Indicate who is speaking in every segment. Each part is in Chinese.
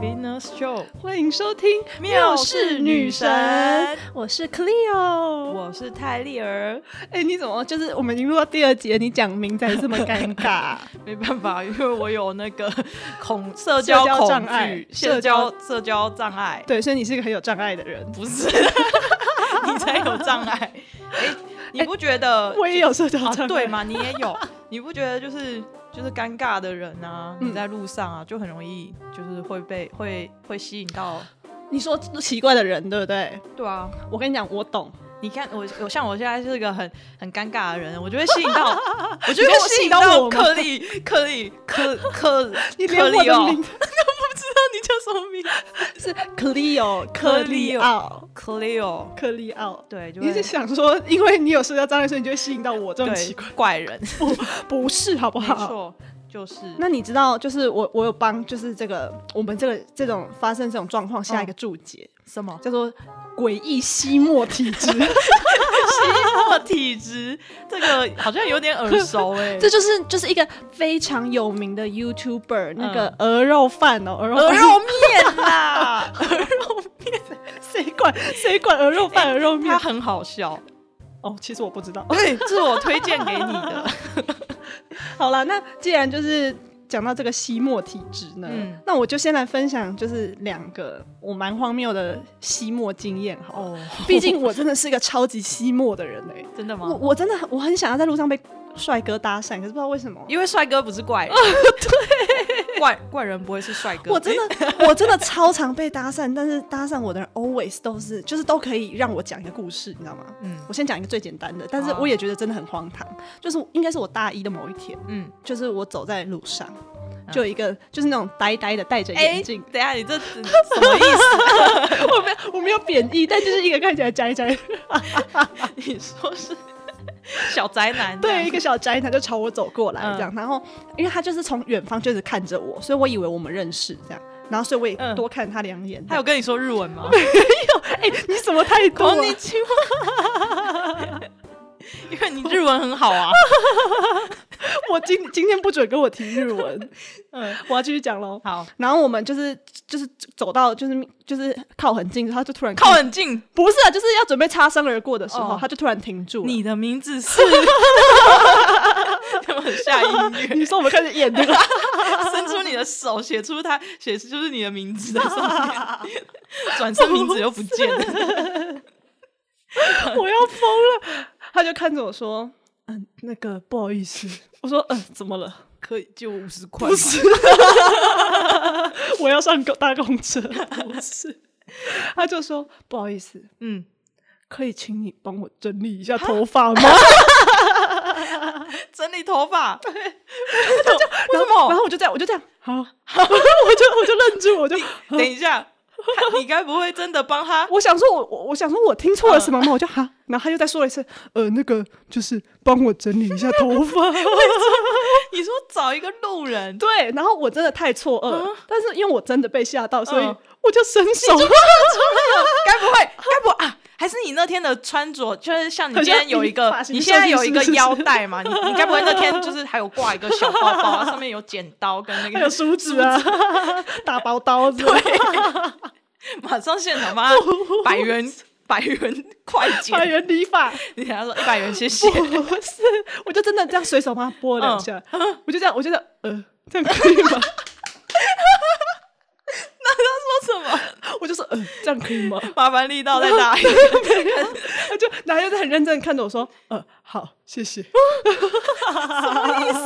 Speaker 1: Venus Show，
Speaker 2: 欢迎收听《
Speaker 1: 妙事女神》，
Speaker 2: 我是 Cleo。
Speaker 1: 我是泰丽儿。
Speaker 2: 哦 哎，你怎么就是我们已经录到第二集了，你讲名字还这么尴 尬？
Speaker 1: 没办法，因为我有那 个恐社交
Speaker 2: 社交
Speaker 1: 恐
Speaker 2: 障碍
Speaker 1: 惧，社交社交障碍，
Speaker 2: 对，所以你是一个很有障碍的人。
Speaker 1: 不是你才有障 碍。哎、你不觉得？
Speaker 2: 哎我也有社交
Speaker 1: 啊
Speaker 2: 障碍，，
Speaker 1: 对？嘛，你也有， 你不觉得就是就是尴尬的人啊？
Speaker 2: 嗯
Speaker 1: 你在路上啊，就很容易就是会被会会吸引到。
Speaker 2: 你说奇怪的人，对不对？
Speaker 1: 对啊，
Speaker 2: 我跟你讲，我懂。
Speaker 1: 你看我，我像我现在是个很很尴尬的人，我就会吸引 到，我就
Speaker 2: 你
Speaker 1: 会
Speaker 2: 说我
Speaker 1: 吸
Speaker 2: 吸
Speaker 1: 引
Speaker 2: 引到
Speaker 1: 到
Speaker 2: 我吗
Speaker 1: 克里克里克克
Speaker 2: 你连
Speaker 1: 克
Speaker 2: 我
Speaker 1: 里
Speaker 2: 的
Speaker 1: 奥
Speaker 2: 名，字
Speaker 1: 你叫什么名字？
Speaker 2: 是 Cleo，克里奥，
Speaker 1: 克里奥，
Speaker 2: 克里奥。
Speaker 1: 对，就
Speaker 2: 你是
Speaker 1: 会
Speaker 2: 想说，因为你有社交障碍，所以你就会吸引到我这种奇
Speaker 1: 对
Speaker 2: 怪？
Speaker 1: 怪人，
Speaker 2: 不是，好不
Speaker 1: 没
Speaker 2: 好？
Speaker 1: 错，就是
Speaker 2: 那你知道，就是我我有帮，就是这个我们这个这种发生这种状况
Speaker 1: 嗯
Speaker 2: 下一个注解，
Speaker 1: 什 么
Speaker 2: 叫做诡异吸墨体 质，
Speaker 1: 吸墨体质，这个好像有点耳熟哎、
Speaker 2: 这就是就是一个非常有名的 YouTuber 那个鹅肉饭嗯哦，鹅肉
Speaker 1: 鹅
Speaker 2: 饭
Speaker 1: 肉面啦，
Speaker 2: 谁管谁管鹅肉饭鹅肉面
Speaker 1: 哎它？很好笑，
Speaker 2: 哦，其实我不知道。
Speaker 1: 对，这是我推荐给你的。
Speaker 2: 好了，那既然就是讲到这个吸墨体质呢，
Speaker 1: 嗯
Speaker 2: 那我就先来分享就是两个我蛮荒谬的吸墨经验好了，
Speaker 1: 哦，
Speaker 2: 毕竟我真的是一个超级吸墨的人哎、
Speaker 1: 真的
Speaker 2: 我
Speaker 1: 吗？
Speaker 2: 我真的很我很想要在路上被帅哥搭讪，可是不知道为什么，
Speaker 1: 因为帅哥不是怪 人，对，怪怪人不会是帅哥。
Speaker 2: 我 真的我真的超常被搭讪，但是搭讪我的人 always 都是就是都可以让我讲一个故事，你知道吗？
Speaker 1: 嗯
Speaker 2: 我先讲一个最简单的，但是
Speaker 1: 好
Speaker 2: 我也觉得真的很荒唐，就是应该是我大一的某一天，
Speaker 1: 嗯，
Speaker 2: 就是我走在路上，就有一个就是那种呆呆的戴着
Speaker 1: 哎、
Speaker 2: 眼镜，
Speaker 1: 等一下你 这什么意思？
Speaker 2: 我没有我没有贬义，但就是一个看起来 宅宅，
Speaker 1: 你说是 小宅男？
Speaker 2: 对，一，个小宅男就朝我走过来
Speaker 1: 嗯
Speaker 2: 这样，然后因为他就是从远方就是看着我，所以我以为我们认识这样，然后所以我也
Speaker 1: 嗯
Speaker 2: 多看他两眼这样。
Speaker 1: 他有跟你说日文吗？
Speaker 2: 哎、你什么态度、啊？
Speaker 1: 你请我，因为你日文很好啊。
Speaker 2: 我今今天不准跟我提日文，
Speaker 1: 嗯，
Speaker 2: 我要继续讲喽。
Speaker 1: 好，
Speaker 2: 然后我们就是就是走到就是就是靠很近，他就突然
Speaker 1: 靠很近。
Speaker 2: 不是啊，就是要准备擦身而过的时候，
Speaker 1: 哦
Speaker 2: 他就突然停住了。
Speaker 1: 你的名字 是？他们很下音乐，
Speaker 2: 你说我们开始演这个，
Speaker 1: 伸出你的手，写出他写出就是你的名字在上 面，转身名字又不见了。
Speaker 2: 我要疯了。他就看着我说：“嗯，那个不好意思。” 我说：“嗯，怎么了？
Speaker 1: 可以就五十块
Speaker 2: 不是，我要上公大公 车，不是。”他就说：“不好意思，
Speaker 1: 嗯，
Speaker 2: 可以请你帮我整理一下头发 吗？”
Speaker 1: 整理头发。 对，为什么？
Speaker 2: 然后我就这样，我就这样，好， 我就我就愣住， 我就
Speaker 1: 等一下，你该不会真的帮他？
Speaker 2: 我想说我，我我想说我听错了什么吗？我就哈，然后他又再说了一次，呃，那个就是帮我整理一下 头发。
Speaker 1: 你说找一个路人，
Speaker 2: 对，然后我真的太错愕了，但是因为我真的被吓到，所以
Speaker 1: 嗯
Speaker 2: 我嗯就伸手，
Speaker 1: 啊该不会，该不会啊？还是你那天的穿着，就是像你今天有一个
Speaker 2: 好像发，型
Speaker 1: 你现在有一个
Speaker 2: 设计师
Speaker 1: 腰带嘛？你你该不会那天就是还有挂一个小包包，上面有剪刀跟那
Speaker 2: 还 有
Speaker 1: 个，
Speaker 2: 梳子啊， 大包刀子，
Speaker 1: 马上现场 帮他百元百 元快
Speaker 2: 还
Speaker 1: 剪，
Speaker 2: 有理发，
Speaker 1: 你给他说一百元谢谢，
Speaker 2: 不是，我就真的这样随手帮他拨了两下，我就这样，我就这样，呃，这样可以吗？
Speaker 1: 说什么
Speaker 2: 我就说，呃，这样可以吗？
Speaker 1: 麻烦力道再大一点，
Speaker 2: 他就然后又在很认真的看着我说：“呃，好，谢谢。”什么意思？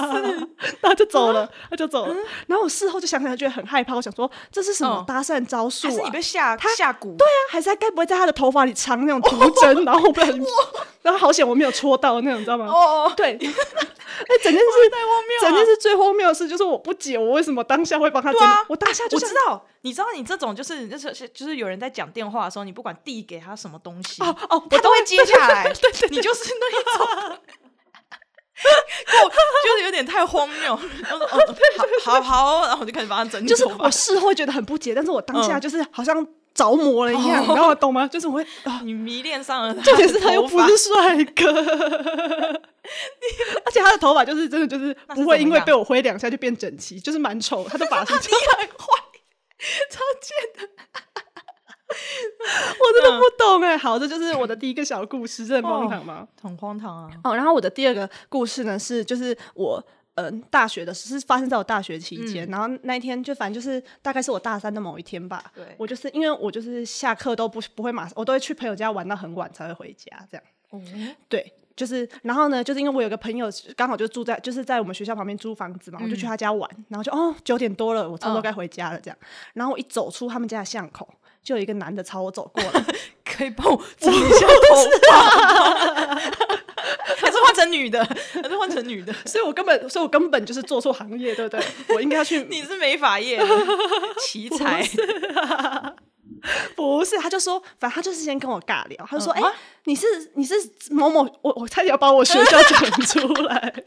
Speaker 2: 他就走
Speaker 1: 啊
Speaker 2: 了，他就走了。然后我事后就想想，觉得很害怕。我想说，这是什么
Speaker 1: 嗯
Speaker 2: 搭讪招数
Speaker 1: 还是
Speaker 2: 啊
Speaker 1: 你？被吓
Speaker 2: 他
Speaker 1: 吓蛊？
Speaker 2: 对啊，还是他该不会在他的头发里藏那 种毒针？然后我不小心，然后好险我没有戳到那种，你知道吗？
Speaker 1: 哦， 哦，
Speaker 2: 对，哎，整件事太荒
Speaker 1: 谬了
Speaker 2: 整件事最荒谬的事就是我不解，我为什么当下会帮他
Speaker 1: 对
Speaker 2: 整理
Speaker 1: 啊，
Speaker 2: 我当下就
Speaker 1: 我
Speaker 2: 想
Speaker 1: 知道，你知道你这种就是就是就是有人在讲电话的时候，你不管递给他什么东西，
Speaker 2: 哦哦，
Speaker 1: 我
Speaker 2: 我
Speaker 1: 都
Speaker 2: 都
Speaker 1: 会
Speaker 2: 会
Speaker 1: 接下来，你就是那一种，够就是有点太荒谬。然后说哦好好好哦，然后我就开始帮他整理
Speaker 2: 就是
Speaker 1: 头发
Speaker 2: 我。事后觉得很不解，但是我当下
Speaker 1: 嗯
Speaker 2: 就是好像着魔了一样，
Speaker 1: 哦
Speaker 2: 你知道我懂吗？就是我会，啊、
Speaker 1: 你迷恋上了他的
Speaker 2: 重点是他又
Speaker 1: 头
Speaker 2: 不
Speaker 1: 发
Speaker 2: 是帅哥， 而且他的头发就是真的就是
Speaker 1: 那是
Speaker 2: 不会
Speaker 1: 怎么
Speaker 2: 因为
Speaker 1: 样
Speaker 2: 被我挥两下就变整齐，就是蛮丑的，他的发型就
Speaker 1: 你很坏， 超贱的，
Speaker 2: 我真的不懂哎、好，这就是我的第一个小故事，这很荒
Speaker 1: 哦
Speaker 2: 唐吗？
Speaker 1: 很荒唐啊！
Speaker 2: 哦，然后我的第二个故事呢是，就是我嗯、呃大学的是发生在我大学期间，然后那一天就反正就是大概是我大三的某一天吧。
Speaker 1: 对
Speaker 2: 我就是因为我就是下课都不不会马上，我都会去朋友家玩到很晚才会回家这样。
Speaker 1: 哦，
Speaker 2: 对。就是，然后呢，就是因为我有个朋友刚好就住在，就是在我们学校旁边租房子嘛，我就去他家玩，然后就哦九点多了，我差不
Speaker 1: 嗯
Speaker 2: 多该回家了这样。然后我一走出他们家的巷口，就有一个男的朝我走过来，
Speaker 1: 可以帮我整理一下头 发吗，还是换成女的？还是换成女的？
Speaker 2: 所以我根本，所以我根本就是做错行业，对 不对？我应该要去
Speaker 1: 你是美发业的奇才，
Speaker 2: 不是，他就说，反正他就是先跟我尬聊，他就说，哎、
Speaker 1: 嗯啊
Speaker 2: 你是你是某某，我我差点要把我学校讲出来。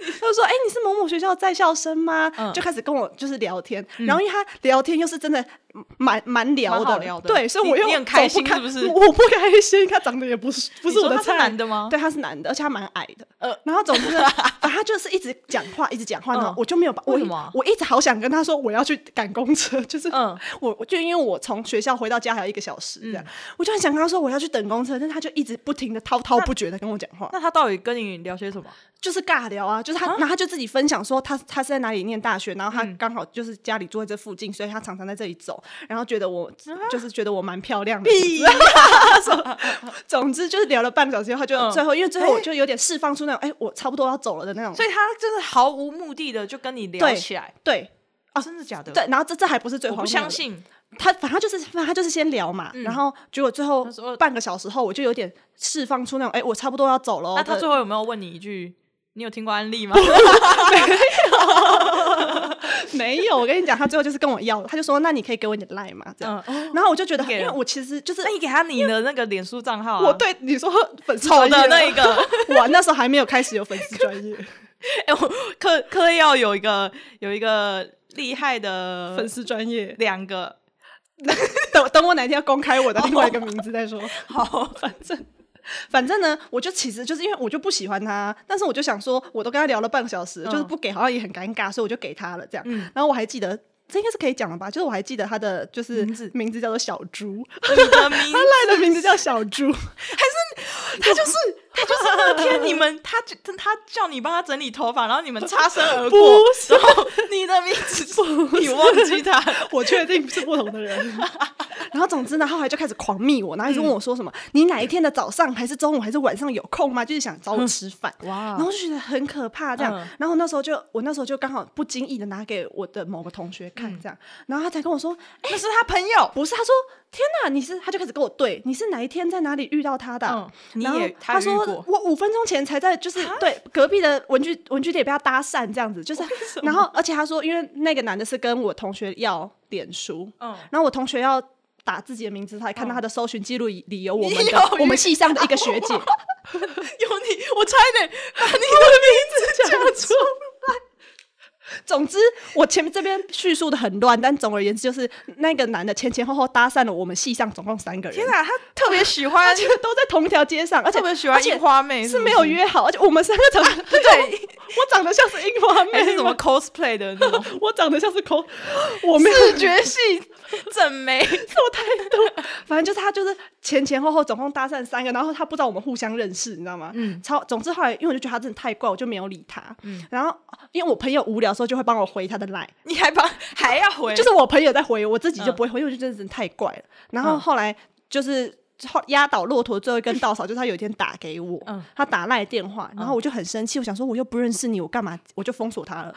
Speaker 2: 他就说，哎、你是某某学校在校生吗？
Speaker 1: 嗯
Speaker 2: 就开始跟我就是聊天，然后因为他聊天又是真的蛮蛮聊
Speaker 1: 蛮好
Speaker 2: 的，
Speaker 1: 聊的
Speaker 2: 对，所以我
Speaker 1: 你
Speaker 2: 又
Speaker 1: 你很开心
Speaker 2: 走开
Speaker 1: 是不是
Speaker 2: 我不开心，他长得也不是不
Speaker 1: 你
Speaker 2: 是我
Speaker 1: 说
Speaker 2: 的
Speaker 1: 他是
Speaker 2: 菜，
Speaker 1: 男的吗？
Speaker 2: 对，他是男的，而且他蛮矮的。
Speaker 1: 呃
Speaker 2: 然后总之呢， 反正他就是一直讲话，一直讲话，然后
Speaker 1: 嗯
Speaker 2: 我就没有把我
Speaker 1: 为什么啊
Speaker 2: 我一直好想跟他说我要去赶公车，就是
Speaker 1: 嗯
Speaker 2: 我我就因为我从学校回到家还有一个小时这样，我就很想跟他说我要去等公车，但是他就一直不停的滔滔不绝的跟我讲话，
Speaker 1: 那他到底跟你聊些什么？
Speaker 2: 就是尬聊啊，就是他，然后他就自己分享说他他是在哪里念大学，然后他
Speaker 1: 嗯
Speaker 2: 刚好就是家里住在这附近，所以他常常在这里走，然后觉得我就是觉得我蛮漂亮的，
Speaker 1: 啊屁
Speaker 2: 总之就是聊了半个小时以后，他就
Speaker 1: 嗯
Speaker 2: 最后因为最后我就有点释放出那种哎我差不多要走了的那种
Speaker 1: 所以他真的毫无目的的就跟你聊
Speaker 2: 对
Speaker 1: 起来
Speaker 2: 对
Speaker 1: 啊？真的假的？
Speaker 2: 对，然后这这还不是最
Speaker 1: 我
Speaker 2: 荒
Speaker 1: 不
Speaker 2: 谬的，
Speaker 1: 相信。
Speaker 2: 他，反正他就是反正他就是先聊嘛，然后结果最后
Speaker 1: 嗯他说
Speaker 2: 半个小时后，我就有点释放出那种哎、我差不多要走了。
Speaker 1: 那他最
Speaker 2: 后
Speaker 1: 后有没有问你一句？你有听过安利 吗？
Speaker 2: 没有，我跟你讲，他最后就是跟我要了，他就说那你可以给我你的 line 嘛，这样。
Speaker 1: 嗯，哦
Speaker 2: 然后我就觉得，
Speaker 1: 你
Speaker 2: 因
Speaker 1: 给了哎
Speaker 2: 为我其实就是
Speaker 1: 那。你给他你的那个脸书账号啊，
Speaker 2: 我对你说粉 丝
Speaker 1: 丑
Speaker 2: 专
Speaker 1: 的
Speaker 2: 业
Speaker 1: 那一个，
Speaker 2: 我那时候还没有开始有粉丝专业，
Speaker 1: 哎，我刻刻意要有一个有一个厉害的
Speaker 2: 粉丝专业。
Speaker 1: 两个，
Speaker 2: 等等，我哪天要公开我的另外一个名字再说。
Speaker 1: 哦 好，
Speaker 2: 反正反正呢，我就其实就是因为我就不喜欢他，但是我就想说，我都跟他聊了半个小时，
Speaker 1: 嗯
Speaker 2: 就是不给好像也很尴尬，所以我就给他了这样。
Speaker 1: 嗯
Speaker 2: 然后我还记得。这应该是可以讲了吧？就是我还记得他的就是
Speaker 1: 名字
Speaker 2: 名字叫做小猪，
Speaker 1: 你的名
Speaker 2: 他赖的名字叫小猪，
Speaker 1: 他就是 他就是那天你 们他就他叫你帮他整理头发，然后你们擦身而
Speaker 2: 不
Speaker 1: 过，
Speaker 2: 是
Speaker 1: 然后你的名字 你忘记他，
Speaker 2: 我确定是不同的人。然后总之呢，他后来就开始狂密我，然后一直问我说什么：“
Speaker 1: 嗯
Speaker 2: 你哪一天的早上还是中午还是晚上有空吗？”就是想找
Speaker 1: 嗯
Speaker 2: 我吃饭。
Speaker 1: 哇
Speaker 2: 然后我就觉得很可怕，这样。
Speaker 1: 嗯
Speaker 2: 然后那时候就我那时候就刚好不经意的拿给我的某个同学看，
Speaker 1: 嗯
Speaker 2: 这样，然后他才跟我说，
Speaker 1: 哎那是他朋友，
Speaker 2: 不是，他说天哪，你是，他就开始跟我对，你是哪一天在哪里遇到他的啊？
Speaker 1: 嗯你
Speaker 2: 然后
Speaker 1: 也他
Speaker 2: 他
Speaker 1: 遇
Speaker 2: 说
Speaker 1: 过
Speaker 2: 我五分钟前才在，就是对隔壁的文具文具店被他搭讪这样子，就是，然后而且他说，因为那个男的是跟我同学要脸书，
Speaker 1: 嗯，
Speaker 2: 然后我同学要打自己的名字，他还看到他的搜寻记录里里有我们
Speaker 1: 你
Speaker 2: 的
Speaker 1: 有遇
Speaker 2: 我们系上的一个学姐，
Speaker 1: 有你，我差一点把你的名字讲出。
Speaker 2: 总之，我前面这边叙述的很乱，但总而言之就是那个男的前前后后搭讪了我们系上总共三个人，
Speaker 1: 天哪，他特别喜欢
Speaker 2: 而，且都在同一条街上，而且
Speaker 1: 特别喜欢
Speaker 2: 而且
Speaker 1: 樱花妹，
Speaker 2: 是没有
Speaker 1: 约
Speaker 2: 约好，而且我们三个 长得、对，我长得像是樱花妹
Speaker 1: 还
Speaker 2: 吗，
Speaker 1: 哎是什么 cosplay 的 那种
Speaker 2: 我长得像是抠，我没有
Speaker 1: 视觉系整眉，
Speaker 2: 做态度，反正就是他就是前前后后总共搭讪三个，然后他不知道我们互相认识，你知道吗？
Speaker 1: 嗯，
Speaker 2: 超，总之后来因为我就觉得他真的太怪，我就没有理他。
Speaker 1: 嗯
Speaker 2: 然后因为我朋友无聊的时候就会帮我回他的 line，
Speaker 1: 你还把还要回，
Speaker 2: 就是我朋友在回，我自己就
Speaker 1: 嗯
Speaker 2: 不会回，因为我就觉得真的太怪了。然后
Speaker 1: 嗯
Speaker 2: 后来就是。后压倒骆驼最后一根稻草，就是他有一天打给我，
Speaker 1: 嗯
Speaker 2: 他打赖电话，然后我就很生气，我想说我又不认识你，我干嘛？我就封锁他了。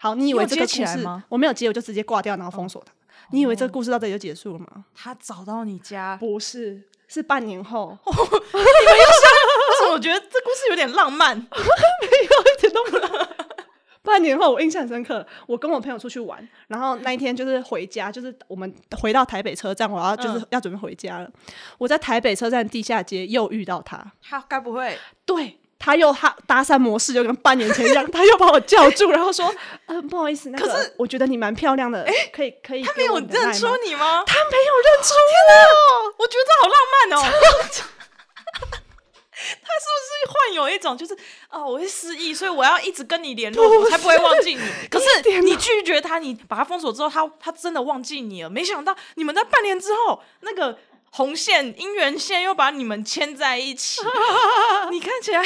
Speaker 2: 好，你以为
Speaker 1: 你有
Speaker 2: 这个
Speaker 1: 接起
Speaker 2: 故
Speaker 1: 来
Speaker 2: 事
Speaker 1: 吗嗯哦
Speaker 2: 我没有接，我就直接挂掉，然后封锁他。你以为这个故事到这里就结束了吗？
Speaker 1: 他找到你家，
Speaker 2: 不是，是半年后，
Speaker 1: 为什么我觉得这故事有点浪漫？
Speaker 2: 一点都不浪漫。半年后，我印象很深刻。我跟我朋友出去玩，然后那一天就是回家，就是我们回到台北车站，我要就是
Speaker 1: 嗯
Speaker 2: 要准备回家了。我在台北车站地下街又遇到他，
Speaker 1: 他该不会
Speaker 2: 对他又他搭讪模式就跟半年前一样，他又把我叫住，然后说：“呃，不好意思，那
Speaker 1: 可
Speaker 2: 个我觉得你蛮漂亮的，可以可以。”
Speaker 1: 他没有认出你吗？
Speaker 2: 他没有认出我，
Speaker 1: 我觉得好浪漫哦！他是患有一种就是哦，我会失忆，所以我要一直跟你联络，我才不会忘 记你。可是你拒绝他，你把他封锁之后，他他真的忘记你了。没想到你们在半年之后，那个红线姻缘线又把你们牵在一 起。你看 起来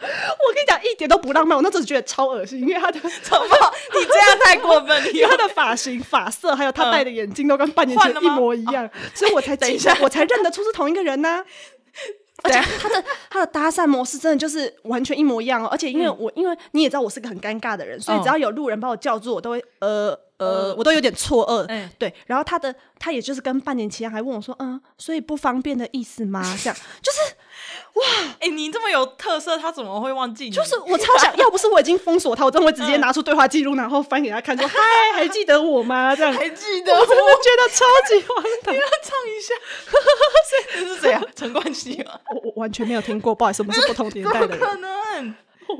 Speaker 2: 我跟你讲，一点都不浪漫，我那时候只觉得超恶心，因为他的
Speaker 1: 怎么？你这样太过分 了。
Speaker 2: 因为他的发型、发色，还有他戴的眼镜都跟半年
Speaker 1: 换了
Speaker 2: 前一
Speaker 1: 吗哦
Speaker 2: 模一样，所 以我才
Speaker 1: 等一
Speaker 2: 记
Speaker 1: 下
Speaker 2: 我才认得出是同一个人呢、而
Speaker 1: 对
Speaker 2: 且
Speaker 1: 啊
Speaker 2: 他的他的搭讪模式真的就是完全一模一样哦，而且因为我、因为你也知道我是个很尴尬的人，所以
Speaker 1: 嗯
Speaker 2: 只要有路人把我叫住，我都会呃呃，
Speaker 1: 呃
Speaker 2: 我都有点错愕。
Speaker 1: 嗯
Speaker 2: 对，然后他的他也就是跟半年前一样还问我说，嗯，所以不方便的意思吗？这样就是
Speaker 1: 哎、你这么有特色，他怎么会忘记你？
Speaker 2: 就是我 超想，要不是我已经封锁他，我真的会直
Speaker 1: 嗯
Speaker 2: 接拿出对话记录，然后翻给他看，说嗨，还记得我吗？这样。
Speaker 1: 还记得
Speaker 2: 我真的
Speaker 1: 我，
Speaker 2: 觉得超级荒 唐，
Speaker 1: 唱一下， 这是谁啊？陈冠希吗？
Speaker 2: 我我完全没有听过，不好意思，我们是不同年
Speaker 1: 怎
Speaker 2: 代
Speaker 1: 么
Speaker 2: 的 人。
Speaker 1: 可能？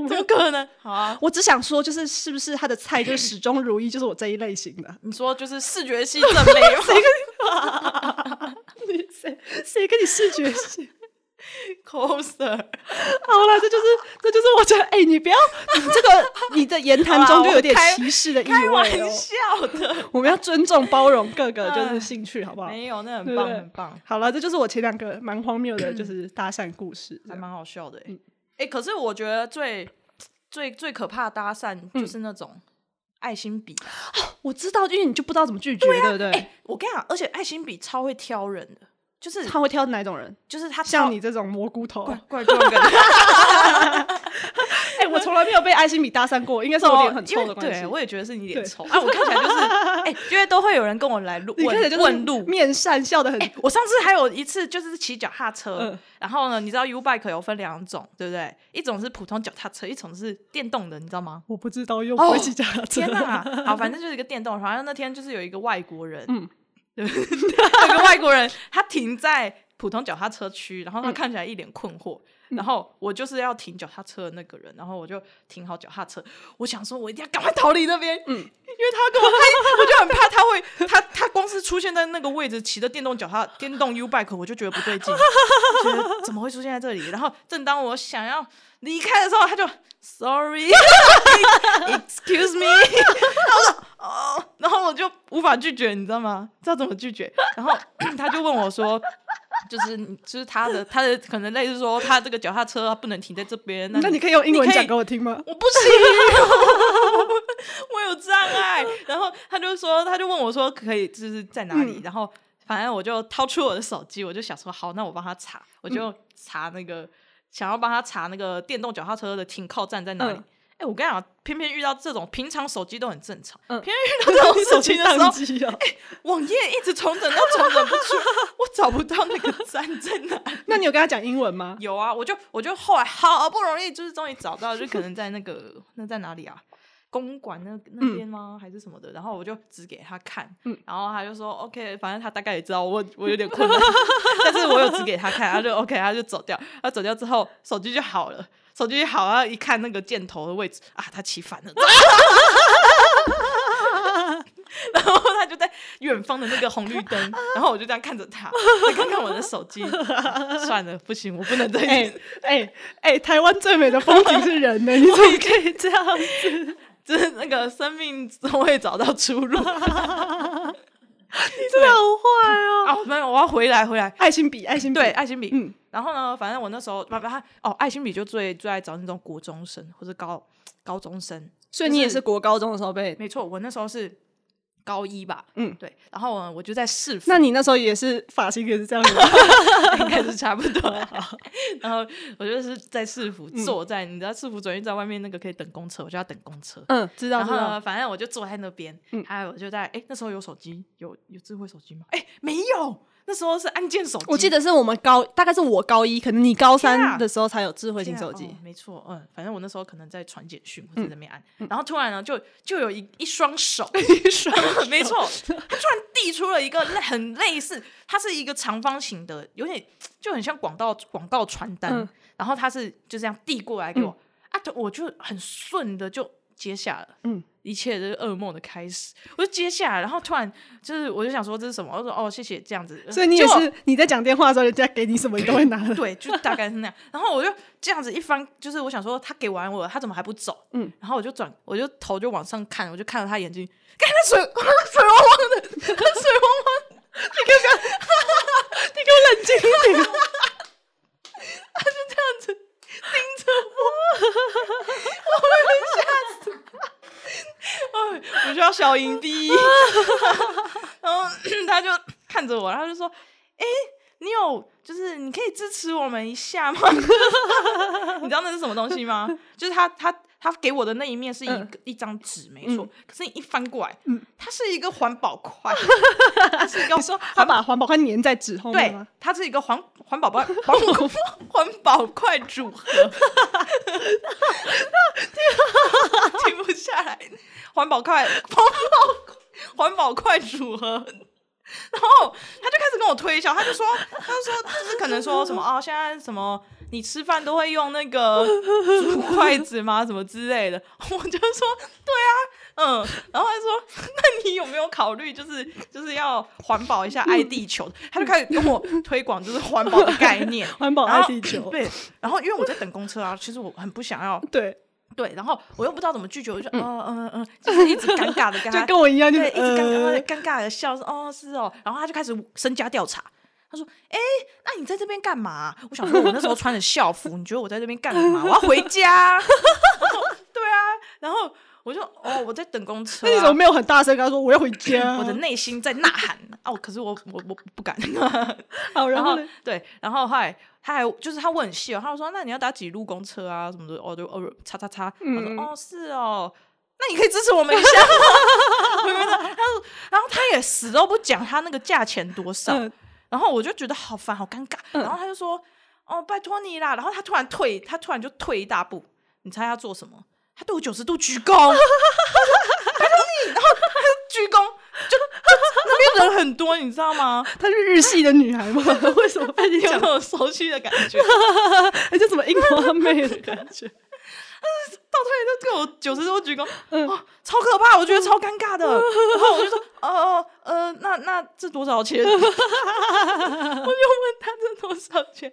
Speaker 1: 怎么可能？好啊，
Speaker 2: 我只想说，就是是不是他的菜就是始终如一，就是我这一类型的。
Speaker 1: 你说就是视觉系正妹 吗
Speaker 2: 你谁谁跟你视觉系？
Speaker 1: ？coser，
Speaker 2: 好了，这就是这就是我觉得，哎、你不要，你这个你的言谈中就有点
Speaker 1: 好啦我开
Speaker 2: 歧视的 意
Speaker 1: 开玩
Speaker 2: 味哦。
Speaker 1: 笑 的，
Speaker 2: 我们要尊重包容各个就是
Speaker 1: 哎
Speaker 2: 兴趣，好不好？
Speaker 1: 没有，那很
Speaker 2: 对不
Speaker 1: 棒，
Speaker 2: 对
Speaker 1: 很棒，
Speaker 2: 好了，这就是我前两个蛮荒谬的，就是搭讪故事。
Speaker 1: 还蛮好笑的欸。
Speaker 2: 嗯
Speaker 1: 哎，可是我觉得最最最可怕的搭讪
Speaker 2: 嗯
Speaker 1: 就是那种爱心笔。
Speaker 2: 我知道，因为你就不知道怎么拒绝，对,、啊不对？
Speaker 1: 哎，我跟你讲，而且爱心笔超会挑人的，就是
Speaker 2: 他会挑哪种人？
Speaker 1: 就是他
Speaker 2: 像
Speaker 1: 超
Speaker 2: 你这种蘑菇头，
Speaker 1: 怪怪怪 的。
Speaker 2: 哎、我从来没有被爱心笔搭讪过，应该是我脸很
Speaker 1: 哦因
Speaker 2: 臭
Speaker 1: 为
Speaker 2: 的关系。
Speaker 1: 对，我也觉得是你
Speaker 2: 对
Speaker 1: 脸臭啊！我看起来 就是，哎、因为都会有人跟我来路
Speaker 2: 你看起来
Speaker 1: 问
Speaker 2: 就是
Speaker 1: 问路。
Speaker 2: 面善，笑得很。
Speaker 1: 哎、我上次还有一次就是骑脚踏车，
Speaker 2: 嗯
Speaker 1: 然后呢，你知道 U bike 有分两种，对不对？一种是普通脚踏车，一种是电动的，你知道吗？
Speaker 2: 我不知道，又不会
Speaker 1: 哦
Speaker 2: 骑脚 踏车。
Speaker 1: 天哪！好，反正就是一个电动。反正那天就是有一个外国人，
Speaker 2: 嗯
Speaker 1: 嗯， 有个外国人，他停在普通脚踏车区，然后他看起来一脸困惑。然后我就是要停脚踏车的那个人，然后我就停好脚踏车，我想说我一定要赶快逃离那边，嗯，因为他跟我他，我就很怕他会他他光是出现在那个位置，骑着电动脚踏电动 U bike，我就觉得不对劲，觉得怎么会出现在这里？然后正当我想要离开的时候，他就 Sorry。Excuse me，然 后我说哦，然后我就无法拒绝，你知道吗？知道怎么拒绝？然后 他就问我说，就是你就是他的他的可能类似说他这个脚踏车啊不能停在这边，
Speaker 2: 那你
Speaker 1: 你
Speaker 2: 可以用英文
Speaker 1: 你可以
Speaker 2: 讲给我听吗？
Speaker 1: 我不行， 我有障 碍。然后他就说，他就问我说可以就是在哪
Speaker 2: 嗯
Speaker 1: 里，然后反正我就掏出我的手机，我就想说好，那我帮他查，我
Speaker 2: 嗯
Speaker 1: 就查那个、想要帮他查那个电动脚踏车的停靠站在哪里。
Speaker 2: 嗯
Speaker 1: 哎、我跟你讲，偏偏遇到这种平常手机都很正常，
Speaker 2: 嗯
Speaker 1: 偏偏遇 到这种手机的时候
Speaker 2: 宕，机啊！
Speaker 1: 网页一直重整，又重整不出，我找不到那个站在哪里。
Speaker 2: 那你有跟他讲英文吗？
Speaker 1: 有啊，我就我就后来好不容易就是终于找到，就可能在那 个那在哪里啊？公馆那那边吗、还是什么的？然后我就指给他看，
Speaker 2: 嗯
Speaker 1: 然后他就说 OK，反正他大概也知道我我有点困 难， 但是我有指给他看，他就 OK，他就走掉。他走掉之后，手机就好了，手机好，然后一看那个箭头的位置啊，他骑反了。 然后他就在远方的那个红绿灯，然后我就这样看着他，再看看我的手机，啊算了，不行，我不能再
Speaker 2: 哎哎哎，台湾最美的风景是人呢，你怎么可以这样？
Speaker 1: 就是那个生命总会找到出路
Speaker 2: 你真的好坏哦！
Speaker 1: 啊！没有，我要回来回来。
Speaker 2: 爱心笔，爱心笔，
Speaker 1: 对，爱心笔。
Speaker 2: 嗯
Speaker 1: 然后呢，反正我那时候，把把他哦，爱心笔就最最爱找那种国中生或者高高中生。
Speaker 2: 所
Speaker 1: 以你也是
Speaker 2: 国高中的时候被……
Speaker 1: 没错，我那时候是高一吧。
Speaker 2: 嗯
Speaker 1: 对。然后呢，我就在市 府，
Speaker 2: 那你那时候也是发型也是这样吗？
Speaker 1: 应该是差不多。
Speaker 2: 哦
Speaker 1: 然后我就是在市府
Speaker 2: 嗯
Speaker 1: 坐在，你知道市府转运站外面那个可以等公车，我就要等公车。
Speaker 2: 嗯，知
Speaker 1: 然后呢，反正我就坐在那边，
Speaker 2: 嗯
Speaker 1: 还有我就在哎、那时候有手机，有有智慧手机吗？哎、没有，那时候是按键手机。
Speaker 2: 我记得是我们高，大概是我高一，可能你高
Speaker 1: 天
Speaker 2: 三
Speaker 1: 啊
Speaker 2: 的时候才有智慧
Speaker 1: 对
Speaker 2: 型
Speaker 1: 啊
Speaker 2: 手
Speaker 1: 哦
Speaker 2: 机。嗯
Speaker 1: 没错，嗯，反正我那时候可能在传简讯或者在那边按，然后突然呢，就就有一一双 手，
Speaker 2: 你说
Speaker 1: 没错，他突然递出了一个类很类似，它是一个长方形的，有点就很像广告广告传单，
Speaker 2: 嗯
Speaker 1: 然后它是就这样递过来给我、啊，就我就很顺的就接下了，
Speaker 2: 嗯，
Speaker 1: 一切就是噩梦的开始。我就接下来，然后突然就是我就想说这是什么？我说哦，谢谢这样子。
Speaker 2: 所以你也
Speaker 1: 结果
Speaker 2: 是你在讲电话的时候，人家给你什么你都会拿的。
Speaker 1: 对，就大概是那样。然后我就这样子一翻，就是我想说他给完我了，他怎么还不走？
Speaker 2: 嗯，
Speaker 1: 然后我就转，我就头就往上看，我就看着他眼睛，看他水水汪汪的，他水汪汪，
Speaker 2: 你给我冷静一 点。
Speaker 1: 这样子盯着 我，我会被吓 死。哎，我就要小营第一。然后 他就看着我，然后就说：“哎、你有就是你可以支持我们一下吗？” 你知道那是什么东西吗？就是他他他给我的那一面是一个、
Speaker 2: 嗯
Speaker 1: 一张纸，没错。可是你一翻过来，
Speaker 2: 嗯
Speaker 1: 它是一个环保 筷，它是一个
Speaker 2: 你说他把环保筷粘在纸后面
Speaker 1: 对
Speaker 2: 吗？，
Speaker 1: 它是一个环环保包环保 环保筷组合， 停不下来，环保筷环保环保筷组合。然后他就开始跟我推销，他就说，他就说，就是可能说什么哦，现在什么你吃饭都会用那个竹筷子吗？什么之类的， 我就说对啊，嗯，然后他就说，那你有没有考虑就是就是要环保一下爱地球？他就开始跟我推广就是 环保的概念，
Speaker 2: 环保
Speaker 1: 然
Speaker 2: 爱
Speaker 1: 后
Speaker 2: 地球。
Speaker 1: 对，然后因为我在等公车啊，其实我很不想要
Speaker 2: 对，
Speaker 1: 对，然后我又不知道怎么拒绝，我就嗯嗯嗯， 就是一直尴尬的跟他
Speaker 2: 就跟我一样，就是
Speaker 1: 对，一直尴尬
Speaker 2: 呃
Speaker 1: 地尴尬的笑，说哦是哦，然后他就开始身家调查。他说：“哎、那你在这边干嘛？”我想说，我那时候穿着校服，你觉得我在这边干 嘛？我要回家。 然后对啊，然后我就哦，我在等公车、
Speaker 2: 那你怎
Speaker 1: 啊
Speaker 2: 么。没啊有很大声跟他说我要回家？
Speaker 1: 我的内心在呐喊哦，可是我我我不敢。
Speaker 2: 好，然
Speaker 1: 然
Speaker 2: 后
Speaker 1: 后
Speaker 2: 呢
Speaker 1: 对，然后后来他还就是他问很细哦，他就说那你要搭几路公车啊什么的，哦就哦叉叉叉，我说
Speaker 2: 嗯
Speaker 1: 哦是哦，那你可以支持我们一下吗？ 我觉得他说，然后他也死都不讲他那个价钱多少，
Speaker 2: 嗯
Speaker 1: 然后我就觉得好烦好尴尬，
Speaker 2: 嗯
Speaker 1: 然后他就说哦拜托你啦，然后他突然退，他突然就退一大步，你猜他做什么？他对我九十度鞠躬。 鞠躬，就就那边人很多，你知道吗？
Speaker 2: 她是日系的女孩吗？ 为什么被你
Speaker 1: 有
Speaker 2: 讲
Speaker 1: 那种熟悉的感觉？
Speaker 2: 哎，就什么樱花妹的感觉？
Speaker 1: 到这里就给我九十多鞠躬，
Speaker 2: 嗯
Speaker 1: 哇，超可怕，我觉得超尴尬的。然后我就说，呃呃，那那这多少 钱？我就问他这多少钱，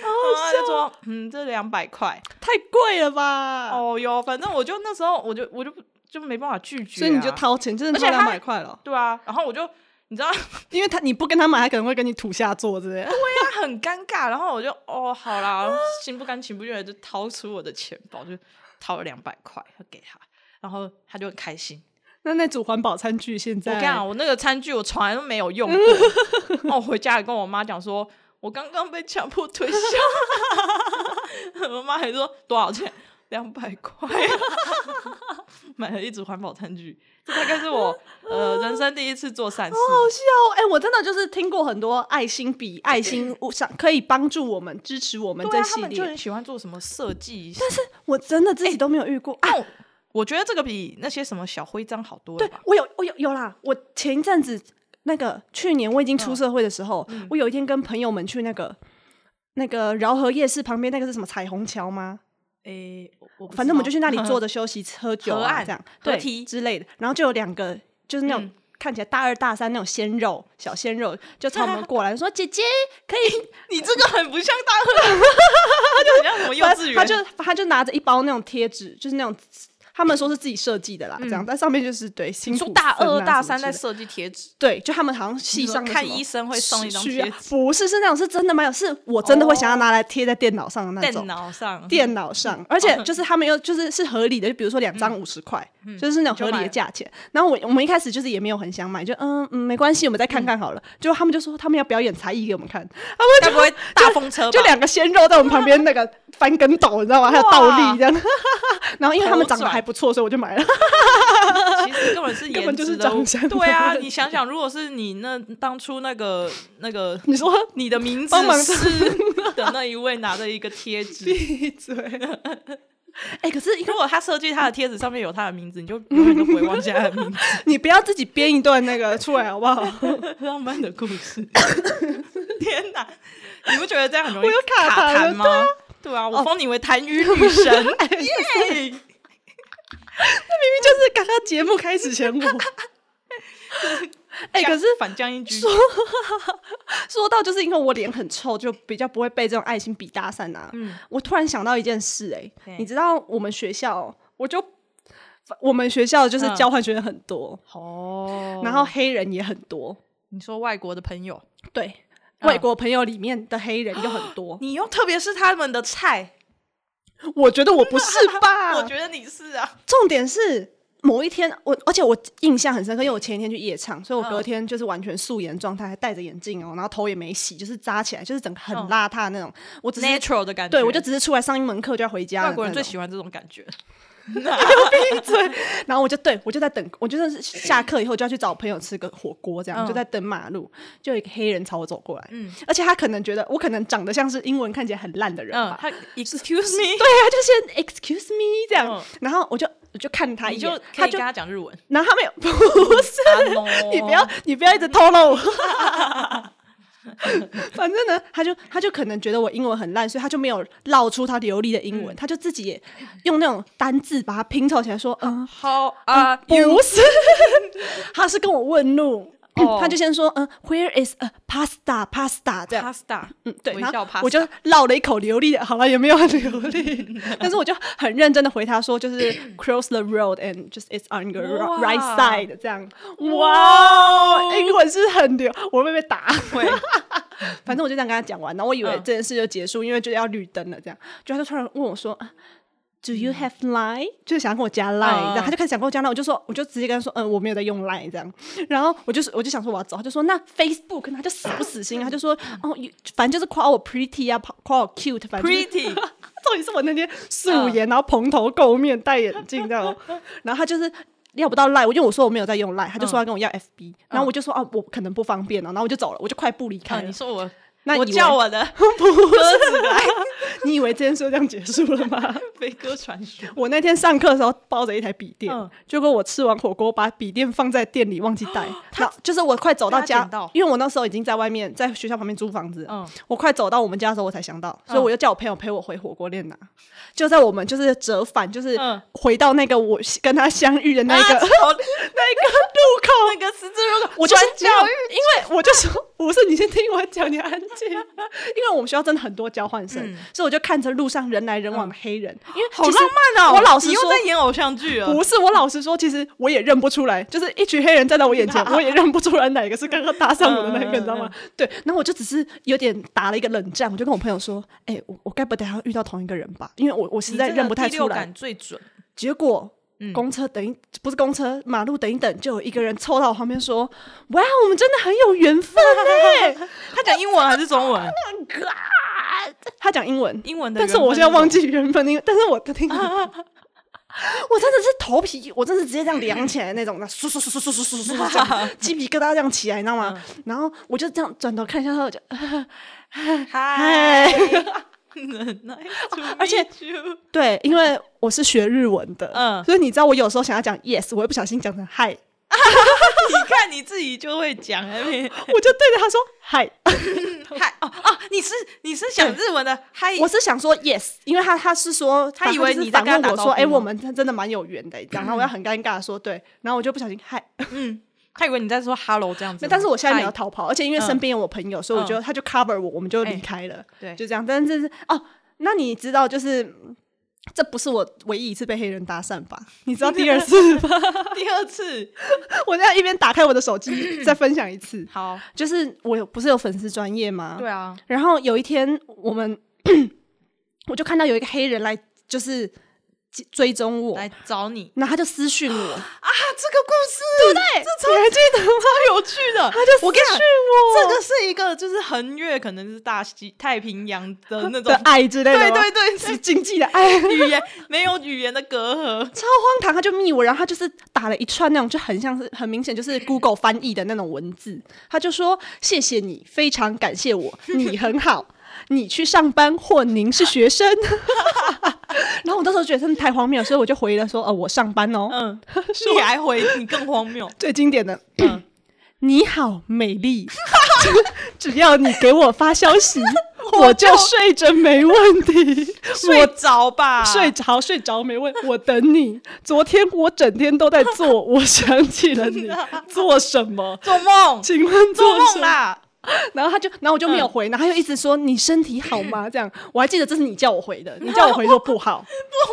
Speaker 1: 然后他就说，嗯，这两百块。
Speaker 2: 太贵了吧？
Speaker 1: 哦哟，反正我就那时候我就我就就没办法拒绝啊、
Speaker 2: 所以你就掏钱，真的
Speaker 1: 而且
Speaker 2: 掏两
Speaker 1: 她
Speaker 2: 百块了，
Speaker 1: 对啊，然后我就你知道
Speaker 2: 因为他你不跟他买，他可能会跟你土下座之类的。
Speaker 1: 他很尴尬，然后我就哦好啦，心不甘情不愿地就掏出我的钱包，就掏了两百块要给他，然后他就很开心。
Speaker 2: 那那组环保餐具现
Speaker 1: 我
Speaker 2: 在，
Speaker 1: 跟你讲，我那个餐具我从来都没有用过。那我回家也跟我妈讲说，我刚刚被强迫推销。 我妈还说多少钱？两百块， 买了一组环保餐具。这大概是我呃人生第一次做善事。
Speaker 2: 好笑哦哎、我真的就是听过很多爱心笔、爱心物想可以帮助我们、支持我们
Speaker 1: 对
Speaker 2: 这
Speaker 1: 啊，他
Speaker 2: 系
Speaker 1: 们就
Speaker 2: 列，
Speaker 1: 很喜哎欢做什么设计，但是
Speaker 2: 我真的自己都没有遇过。啊，
Speaker 1: 我我觉得这个比那些什么小徽章好多了
Speaker 2: 对
Speaker 1: 吧？
Speaker 2: 我有，我有有啦，我前一阵子那个去年我已经
Speaker 1: 嗯
Speaker 2: 出社会的时候，我有一天跟朋友们去那个。那个饶河夜市旁边那个是什么彩虹桥吗？
Speaker 1: 诶、我我不
Speaker 2: 反正我们就
Speaker 1: 知
Speaker 2: 去
Speaker 1: 道
Speaker 2: 那里坐着休息、喝酒
Speaker 1: 河
Speaker 2: 啊，
Speaker 1: 岸
Speaker 2: 这样
Speaker 1: 河
Speaker 2: 对
Speaker 1: 堤
Speaker 2: 之类的。然后就有两个就是那种、
Speaker 1: 嗯
Speaker 2: 看起来大二大三那种鲜肉小鲜肉，就朝 我们过来说：“姐姐，可以
Speaker 1: 你这个很不像大二， 他就很像什 么幼稚园，
Speaker 2: 他就他就拿着一包那种贴纸，就是那种他们说是自己设计的啦，这样，但上面就是对，辛
Speaker 1: 嗯你
Speaker 2: 苦
Speaker 1: 说大
Speaker 2: 分
Speaker 1: 二、
Speaker 2: 啊
Speaker 1: 大
Speaker 2: 什么
Speaker 1: 三
Speaker 2: 之
Speaker 1: 在
Speaker 2: 类的
Speaker 1: 设计贴纸，
Speaker 2: 对，就他们好像系
Speaker 1: 说
Speaker 2: 上
Speaker 1: 看医生会送一张贴纸
Speaker 2: 不是是那种是真的没有，是我真的会想要拿来贴在电脑上的那
Speaker 1: 哦电
Speaker 2: 种。
Speaker 1: 脑嗯哦上，
Speaker 2: 电脑上，而且就是他们又就是是合理的，就比如说两张
Speaker 1: 嗯
Speaker 2: 五十块，就是那种合理的价钱。然后我我们一开始就是也没有很想买，就嗯嗯没关系，我们再看看好了。就他们就说他们要表演才艺给我们看，他们
Speaker 1: 该
Speaker 2: 就
Speaker 1: 不会大风车吧？
Speaker 2: 就两个鲜肉在我们旁边那个翻跟斗，你知道吗？还有倒立这样。 然后因为他们长得还不错，所以我就买了。
Speaker 1: 其实根本是
Speaker 2: 根
Speaker 1: 颜
Speaker 2: 本就是
Speaker 1: 值的
Speaker 2: 长相的
Speaker 1: 对啊，
Speaker 2: 问
Speaker 1: 你想想，如果是你那当初那个那个
Speaker 2: 你说
Speaker 1: 你的名字
Speaker 2: 帮忙
Speaker 1: 是的那一位拿着一个贴 纸，
Speaker 2: 闭嘴！哎、可是
Speaker 1: 如果他设计他的贴纸上面有他的名字，你就永远都不会忘记他的名字。
Speaker 2: 你不要自己编一段那个出来好不好？
Speaker 1: 浪漫的故事， 天哪！你不觉得这样很容易
Speaker 2: 我又卡
Speaker 1: 卡
Speaker 2: 痰
Speaker 1: 啊
Speaker 2: 了哦
Speaker 1: 痰吗？对啊，我封你为痰盂女神。
Speaker 2: 哎
Speaker 1: 耶！
Speaker 2: 明就是刚刚节目开始前我。 哎、可是
Speaker 1: 反将一哦军，
Speaker 2: 说到就是因为我脸很臭，就比较不会被这种爱心比搭讪啊。
Speaker 1: 嗯
Speaker 2: 我突然想到一件事、
Speaker 1: 嘿
Speaker 2: 哎，你知道我们学校，我就我们学校就是
Speaker 1: 嗯
Speaker 2: 交换学生很多，
Speaker 1: 哦
Speaker 2: 然后黑人也很多，
Speaker 1: 你说外国的朋友，
Speaker 2: 对，
Speaker 1: 嗯。
Speaker 2: 外国朋友里面的黑人又很多
Speaker 1: 你又特别是他们的菜，
Speaker 2: 我觉得 我不是吧？
Speaker 1: 我觉得你是啊，
Speaker 2: 重点是某一天，我而且我印象很深刻，因为我前一天去夜唱，所以我隔天就是完全素颜状态，还戴着眼镜哦，然后头也没洗，就是扎起来，就是整个很
Speaker 1: 嗯
Speaker 2: 邋遢的那种。我只是
Speaker 1: natural 的感觉，
Speaker 2: 对我就只是出来上一门课就要回家了
Speaker 1: 啊外国人
Speaker 2: 那种
Speaker 1: 最喜欢这种感觉，
Speaker 2: 然后我就对我就在等，我就是下课以后就要去找朋友吃个火锅，这样、
Speaker 1: 嗯
Speaker 2: 就在等马路，就有一个黑人朝我走过来，
Speaker 1: 嗯
Speaker 2: 而且他可能觉得我可能长得像是英文看起来很烂的人
Speaker 1: 嗯，
Speaker 2: 吧，
Speaker 1: 他 excuse
Speaker 2: 对
Speaker 1: me，
Speaker 2: 啊，就先 excuse me 这样，
Speaker 1: 嗯
Speaker 2: 然后我就我就看啊他一
Speaker 1: 你就
Speaker 2: 眼，
Speaker 1: 可
Speaker 2: 他
Speaker 1: 以
Speaker 2: 就啊
Speaker 1: 跟他哦讲日文，
Speaker 2: 然后他没有 不是。 你不要，你不要一直透露我。 反正呢，他就他就可能觉得我英文很烂，所以他就没有唠出他流利的
Speaker 1: 嗯
Speaker 2: 英文，他就自己也用那种单字把它拼凑起来，说嗯，
Speaker 1: How are
Speaker 2: 不
Speaker 1: you？
Speaker 2: 是， 他是跟我问路。
Speaker 1: 哦
Speaker 2: 他就先说，嗯，Where is a pasta pasta 这样，
Speaker 1: Pasta，
Speaker 2: 嗯，对，
Speaker 1: 微
Speaker 2: 然
Speaker 1: 笑
Speaker 2: 后
Speaker 1: pasta
Speaker 2: 我就绕了一口流利的，好了，也没有很流 利，但是我就很认真的回他说，就是 cross the road and just it's on your
Speaker 1: 哇
Speaker 2: right side 这样，哇哦，英文是很流，我会不会被打？
Speaker 1: 会，
Speaker 2: 反正我就这样跟他讲完，然后我以为
Speaker 1: 嗯
Speaker 2: 这件事就结束，因为就要绿灯了，这样，就他就突然问我说啊：“Do you have line？” 就是想要跟我加 line，、
Speaker 1: 嗯
Speaker 2: 然后他就开始想跟我加 line，我就说，我就直接跟他说：“嗯，我没有在用 line 这样。”然后我就是我就想说我要走，他就说：“那 Facebook？” 他就死不死心，他就说：“哦，you- 反正就是夸我 pretty 啊，夸我 cute，反正、就是。”
Speaker 1: Pretty 嗯
Speaker 2: 重点是我那天素颜，然后蓬头垢面，戴眼镜这 样哦，然后他就是。要不到赖，我因为我说我没有在用赖，他就
Speaker 1: 嗯
Speaker 2: 说要跟我要 FB，、然后我就说哦，我可能不方便哦，然后我就走了，我就快步离
Speaker 1: 看
Speaker 2: 开了
Speaker 1: 啊嗯你。说我，
Speaker 2: 那
Speaker 1: 我
Speaker 2: 以为
Speaker 1: 叫我 的鸽子来
Speaker 2: 你以为这件事就这样结束了 吗？
Speaker 1: 飞鸽传书，
Speaker 2: 我那天上课的时候抱着一台笔电，
Speaker 1: 嗯
Speaker 2: 结果我吃完火锅把笔电放在店里忘记 带，然后就是我快走到
Speaker 1: 被他
Speaker 2: 家
Speaker 1: 捡到，
Speaker 2: 因为我那时候已经在外面，在学校旁边租房子，
Speaker 1: 嗯
Speaker 2: 我快走到我们家的时候我才想到，所以我就叫我朋友陪我回火锅店拿。就在我们就是折返，就是
Speaker 1: 嗯
Speaker 2: 回到那个我跟他相遇的 那个、
Speaker 1: 啊
Speaker 2: 那个路口，
Speaker 1: 那个十字路口，
Speaker 2: 我就是
Speaker 1: 转
Speaker 2: 没
Speaker 1: 角
Speaker 2: 有因为我就说，不是你先听我讲，你安静。因为我们学校真的很多交换生，所以我就看着路上人来人往的黑人，因为
Speaker 1: 嗯啊好
Speaker 2: 其实
Speaker 1: 浪漫哦！
Speaker 2: 我老实
Speaker 1: 你又
Speaker 2: 说
Speaker 1: 在。演偶像剧了，
Speaker 2: 不是，我老实说，其实我也认不出来，就是一群黑人站在我眼 前，我也认不出来哪一个是刚刚搭上我的那一个，你知道
Speaker 1: 嗯
Speaker 2: 吗？对，然后我就只是有点打了一个冷战，我就跟我朋友说：“哎、我我该不等下遇到同一个人吧？因为我我实在
Speaker 1: 你真的
Speaker 2: 认不太
Speaker 1: 第六
Speaker 2: 出来。
Speaker 1: 感最准，”
Speaker 2: 结果公车等一不是公车，马路等一等，就有一个人凑到我旁边说：“哇，我们真的很有缘分哎、
Speaker 1: 他讲英文还是中文？
Speaker 2: 他讲英文，
Speaker 1: 英文的
Speaker 2: 但
Speaker 1: 缘分
Speaker 2: 是
Speaker 1: 种，
Speaker 2: 我现在忘记原本因为，但是我的听，我真的是头皮，我真是直接这样凉起来那种，那嗖嗖嗖嗖嗖嗖嗖嗖嗖这样，鸡皮疙瘩这样起来，你知道吗？然后我就这样转头看一下他，我就
Speaker 1: 嗨
Speaker 2: 嗨，
Speaker 1: 而
Speaker 2: 而且对，因为我是学日文的，
Speaker 1: 嗯
Speaker 2: 所以你知道我有时候想要讲 yes，我又不小心讲成 hi，
Speaker 1: 你看你自己就会讲，哎
Speaker 2: 我就对着他说 hi，
Speaker 1: 嗨哦哦，你是你是讲日文的嗨，
Speaker 2: 我是想说 yes，因为他他是说
Speaker 1: 他以为
Speaker 2: 就是
Speaker 1: 你在
Speaker 2: 反问
Speaker 1: 跟他打
Speaker 2: 我
Speaker 1: 招
Speaker 2: 说，
Speaker 1: 呼
Speaker 2: 哎，
Speaker 1: 吗
Speaker 2: 我们真的蛮有缘 的，这样，然后我要很尴尬的说对，然后我就不小心 hi。
Speaker 1: 嗯，他以为你在说 hello 这样子吗，
Speaker 2: 那但是我现在没有
Speaker 1: 嗨嗯
Speaker 2: 逃跑，而且因为身边有我朋友，所以我觉得他就 cover 我，我们就离开了，
Speaker 1: 对
Speaker 2: 就这样。但是哦，那你知道就是嗯这不是我唯一一次被黑人搭讪 吧？你知道第二次吧？
Speaker 1: 第二次，
Speaker 2: 我现在一边打开我的手机再分享一次，
Speaker 1: 好，
Speaker 2: 就是我有不是有粉丝专业吗？
Speaker 1: 对啊，
Speaker 2: 然后有一天，我们我就看到有一个黑人来，就是追踪我，
Speaker 1: 来找你
Speaker 2: 然后他就私讯我，
Speaker 1: 啊，这个故事对不对？这超
Speaker 2: 你还记得吗？
Speaker 1: 超有趣 的，
Speaker 2: 他就
Speaker 1: 我跟你
Speaker 2: 私
Speaker 1: 讲
Speaker 2: 讯。我
Speaker 1: 这个是一个就是横越，可能是大西太平洋的那种
Speaker 2: 的爱之类的
Speaker 1: 对
Speaker 2: 吗，
Speaker 1: 对对，
Speaker 2: 是经济的爱。
Speaker 1: 语言 没有语言的隔阂。
Speaker 2: 超荒唐，他就密我，然后他就是打了一串那种，就很像是很明显就是 Google 翻译的那种文字。他就说：“谢谢你，非常感谢我，你很好，你去上班或您是学生。”然后我那时候觉得真的太荒谬，所以我就回了说：“哦、我上班哦。
Speaker 1: 嗯，你还回你更荒谬。
Speaker 2: 最经典的，
Speaker 1: 嗯
Speaker 2: 你好，美丽，只要你给我发消息， 我就睡着没问题，
Speaker 1: 睡着吧，
Speaker 2: 睡着睡着没问，我等你。昨天我整天都在 做，我想起了你，做什么？
Speaker 1: 做梦，
Speaker 2: 请问
Speaker 1: 做
Speaker 2: 什
Speaker 1: 梦
Speaker 2: 么？
Speaker 1: 啦。
Speaker 2: 然后他就，然后我就没有
Speaker 1: 嗯
Speaker 2: 回，然后他就一直说你身体好吗？ 这样，我还记得这是你叫我 回的，你叫我回说不好，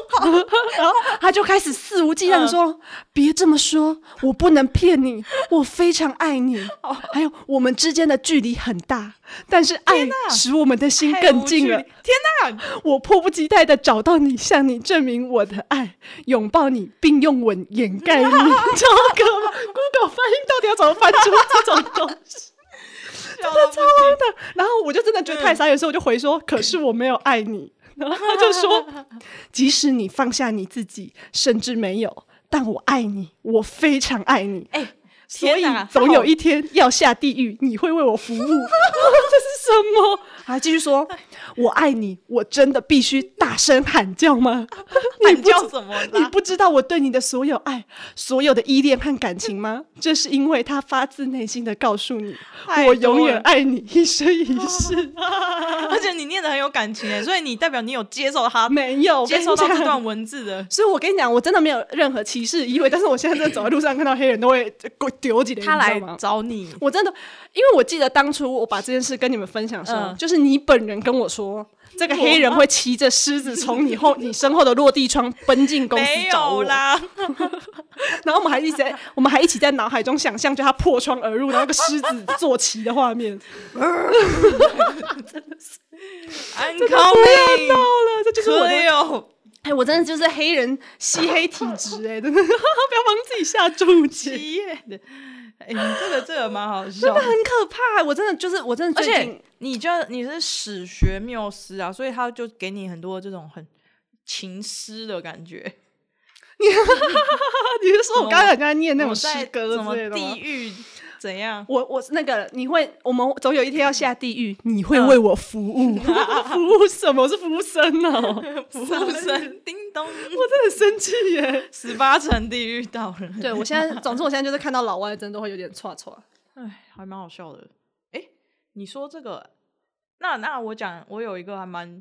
Speaker 2: 不好。 然后他就开始肆无忌惮的
Speaker 1: 嗯
Speaker 2: 说，别这么说，我不能骗你， 我非常爱你。
Speaker 1: 哦
Speaker 2: 还有我们之间的距离很大，但是爱
Speaker 1: 哪
Speaker 2: 使我们的心
Speaker 1: 太
Speaker 2: 更
Speaker 1: 无
Speaker 2: 近
Speaker 1: 趣
Speaker 2: 了。
Speaker 1: 天 哪！
Speaker 2: 我迫不及待的找到你，向你证明我的爱，拥抱你，并用吻掩盖 你。超可怕！Google 翻译到底要怎么翻出这种东西？
Speaker 1: 真 的超
Speaker 2: 真的。然后我就真的觉得太傻眼，所以我就回说：“可是我没有爱 你。”然后他就说：“即使你放下你自己，甚至没有，但我爱你，我非常爱你。
Speaker 1: 哎，
Speaker 2: 所
Speaker 1: 天
Speaker 2: 以
Speaker 1: 哪
Speaker 2: 总有
Speaker 1: 好
Speaker 2: 一天要下地狱，你会为 我服务。”这是什么？还继续说：“我爱你，我真的必须大声喊叫 吗？
Speaker 1: 喊叫什么
Speaker 2: 你
Speaker 1: 啦？
Speaker 2: 不知道我对你的所有爱、所有的依恋和感情吗？这是因为他发自内心的告诉你
Speaker 1: 太，多
Speaker 2: 我永远
Speaker 1: 了
Speaker 2: 爱你，一生一 世。
Speaker 1: 而且你念的很有感情哎，所以你代表你有接受他，
Speaker 2: 没有
Speaker 1: 接受到这。
Speaker 2: 我跟你讲
Speaker 1: 段文字的。
Speaker 2: 所以我跟你讲，我真的没有任何歧视意味，但是我现在真的走在路上看到黑人都会丢丢几脸，
Speaker 1: 他
Speaker 2: 你
Speaker 1: 来
Speaker 2: 知道吗？
Speaker 1: 找你，
Speaker 2: 我真的，因为我记得当初我把这件事跟你们分享的时候，
Speaker 1: 嗯
Speaker 2: 就是你本人跟我说，这个黑人会骑着狮子从你后你身后的落地窗奔进公司
Speaker 1: 没
Speaker 2: 找
Speaker 1: 有
Speaker 2: 我，
Speaker 1: 啦，
Speaker 2: 然后我们还一直在，我们还一起在脑海中想象，就他破窗而入，然后那个狮子坐骑的画 面，
Speaker 1: I'm
Speaker 2: 不要到
Speaker 1: coming，
Speaker 2: 了，这就是我
Speaker 1: 可
Speaker 2: 的
Speaker 1: 以哦。
Speaker 2: 哎、我真的就是黑人吸黑体质哎、真的 不要帮自己下注解，
Speaker 1: 毕业的，哎、你这个这个蛮好笑
Speaker 2: 真的。很可怕、欸我真的就是我真的
Speaker 1: 而
Speaker 2: 最近，啊
Speaker 1: 且你就你是史学缪斯啊，所以他就给你很多这种很情诗的感觉，
Speaker 2: 你是说我刚刚好像在 念那种诗
Speaker 1: 在
Speaker 2: 歌
Speaker 1: 什么
Speaker 2: 之类的吗
Speaker 1: 地狱怎样？
Speaker 2: 我我是那个你会，我们总有一天要下地狱，你会
Speaker 1: 嗯
Speaker 2: 为我服务， 服务什么？我是服务生哦、
Speaker 1: 服务生叮 咚，
Speaker 2: 我真的很生气耶。
Speaker 1: 十八层地狱到了。
Speaker 2: 对，我现在，总之我现在就是看到老外真的都会有点歘歘。
Speaker 1: 哎，还蛮好笑的。哎、你说这个，那那我讲，我有一个还蛮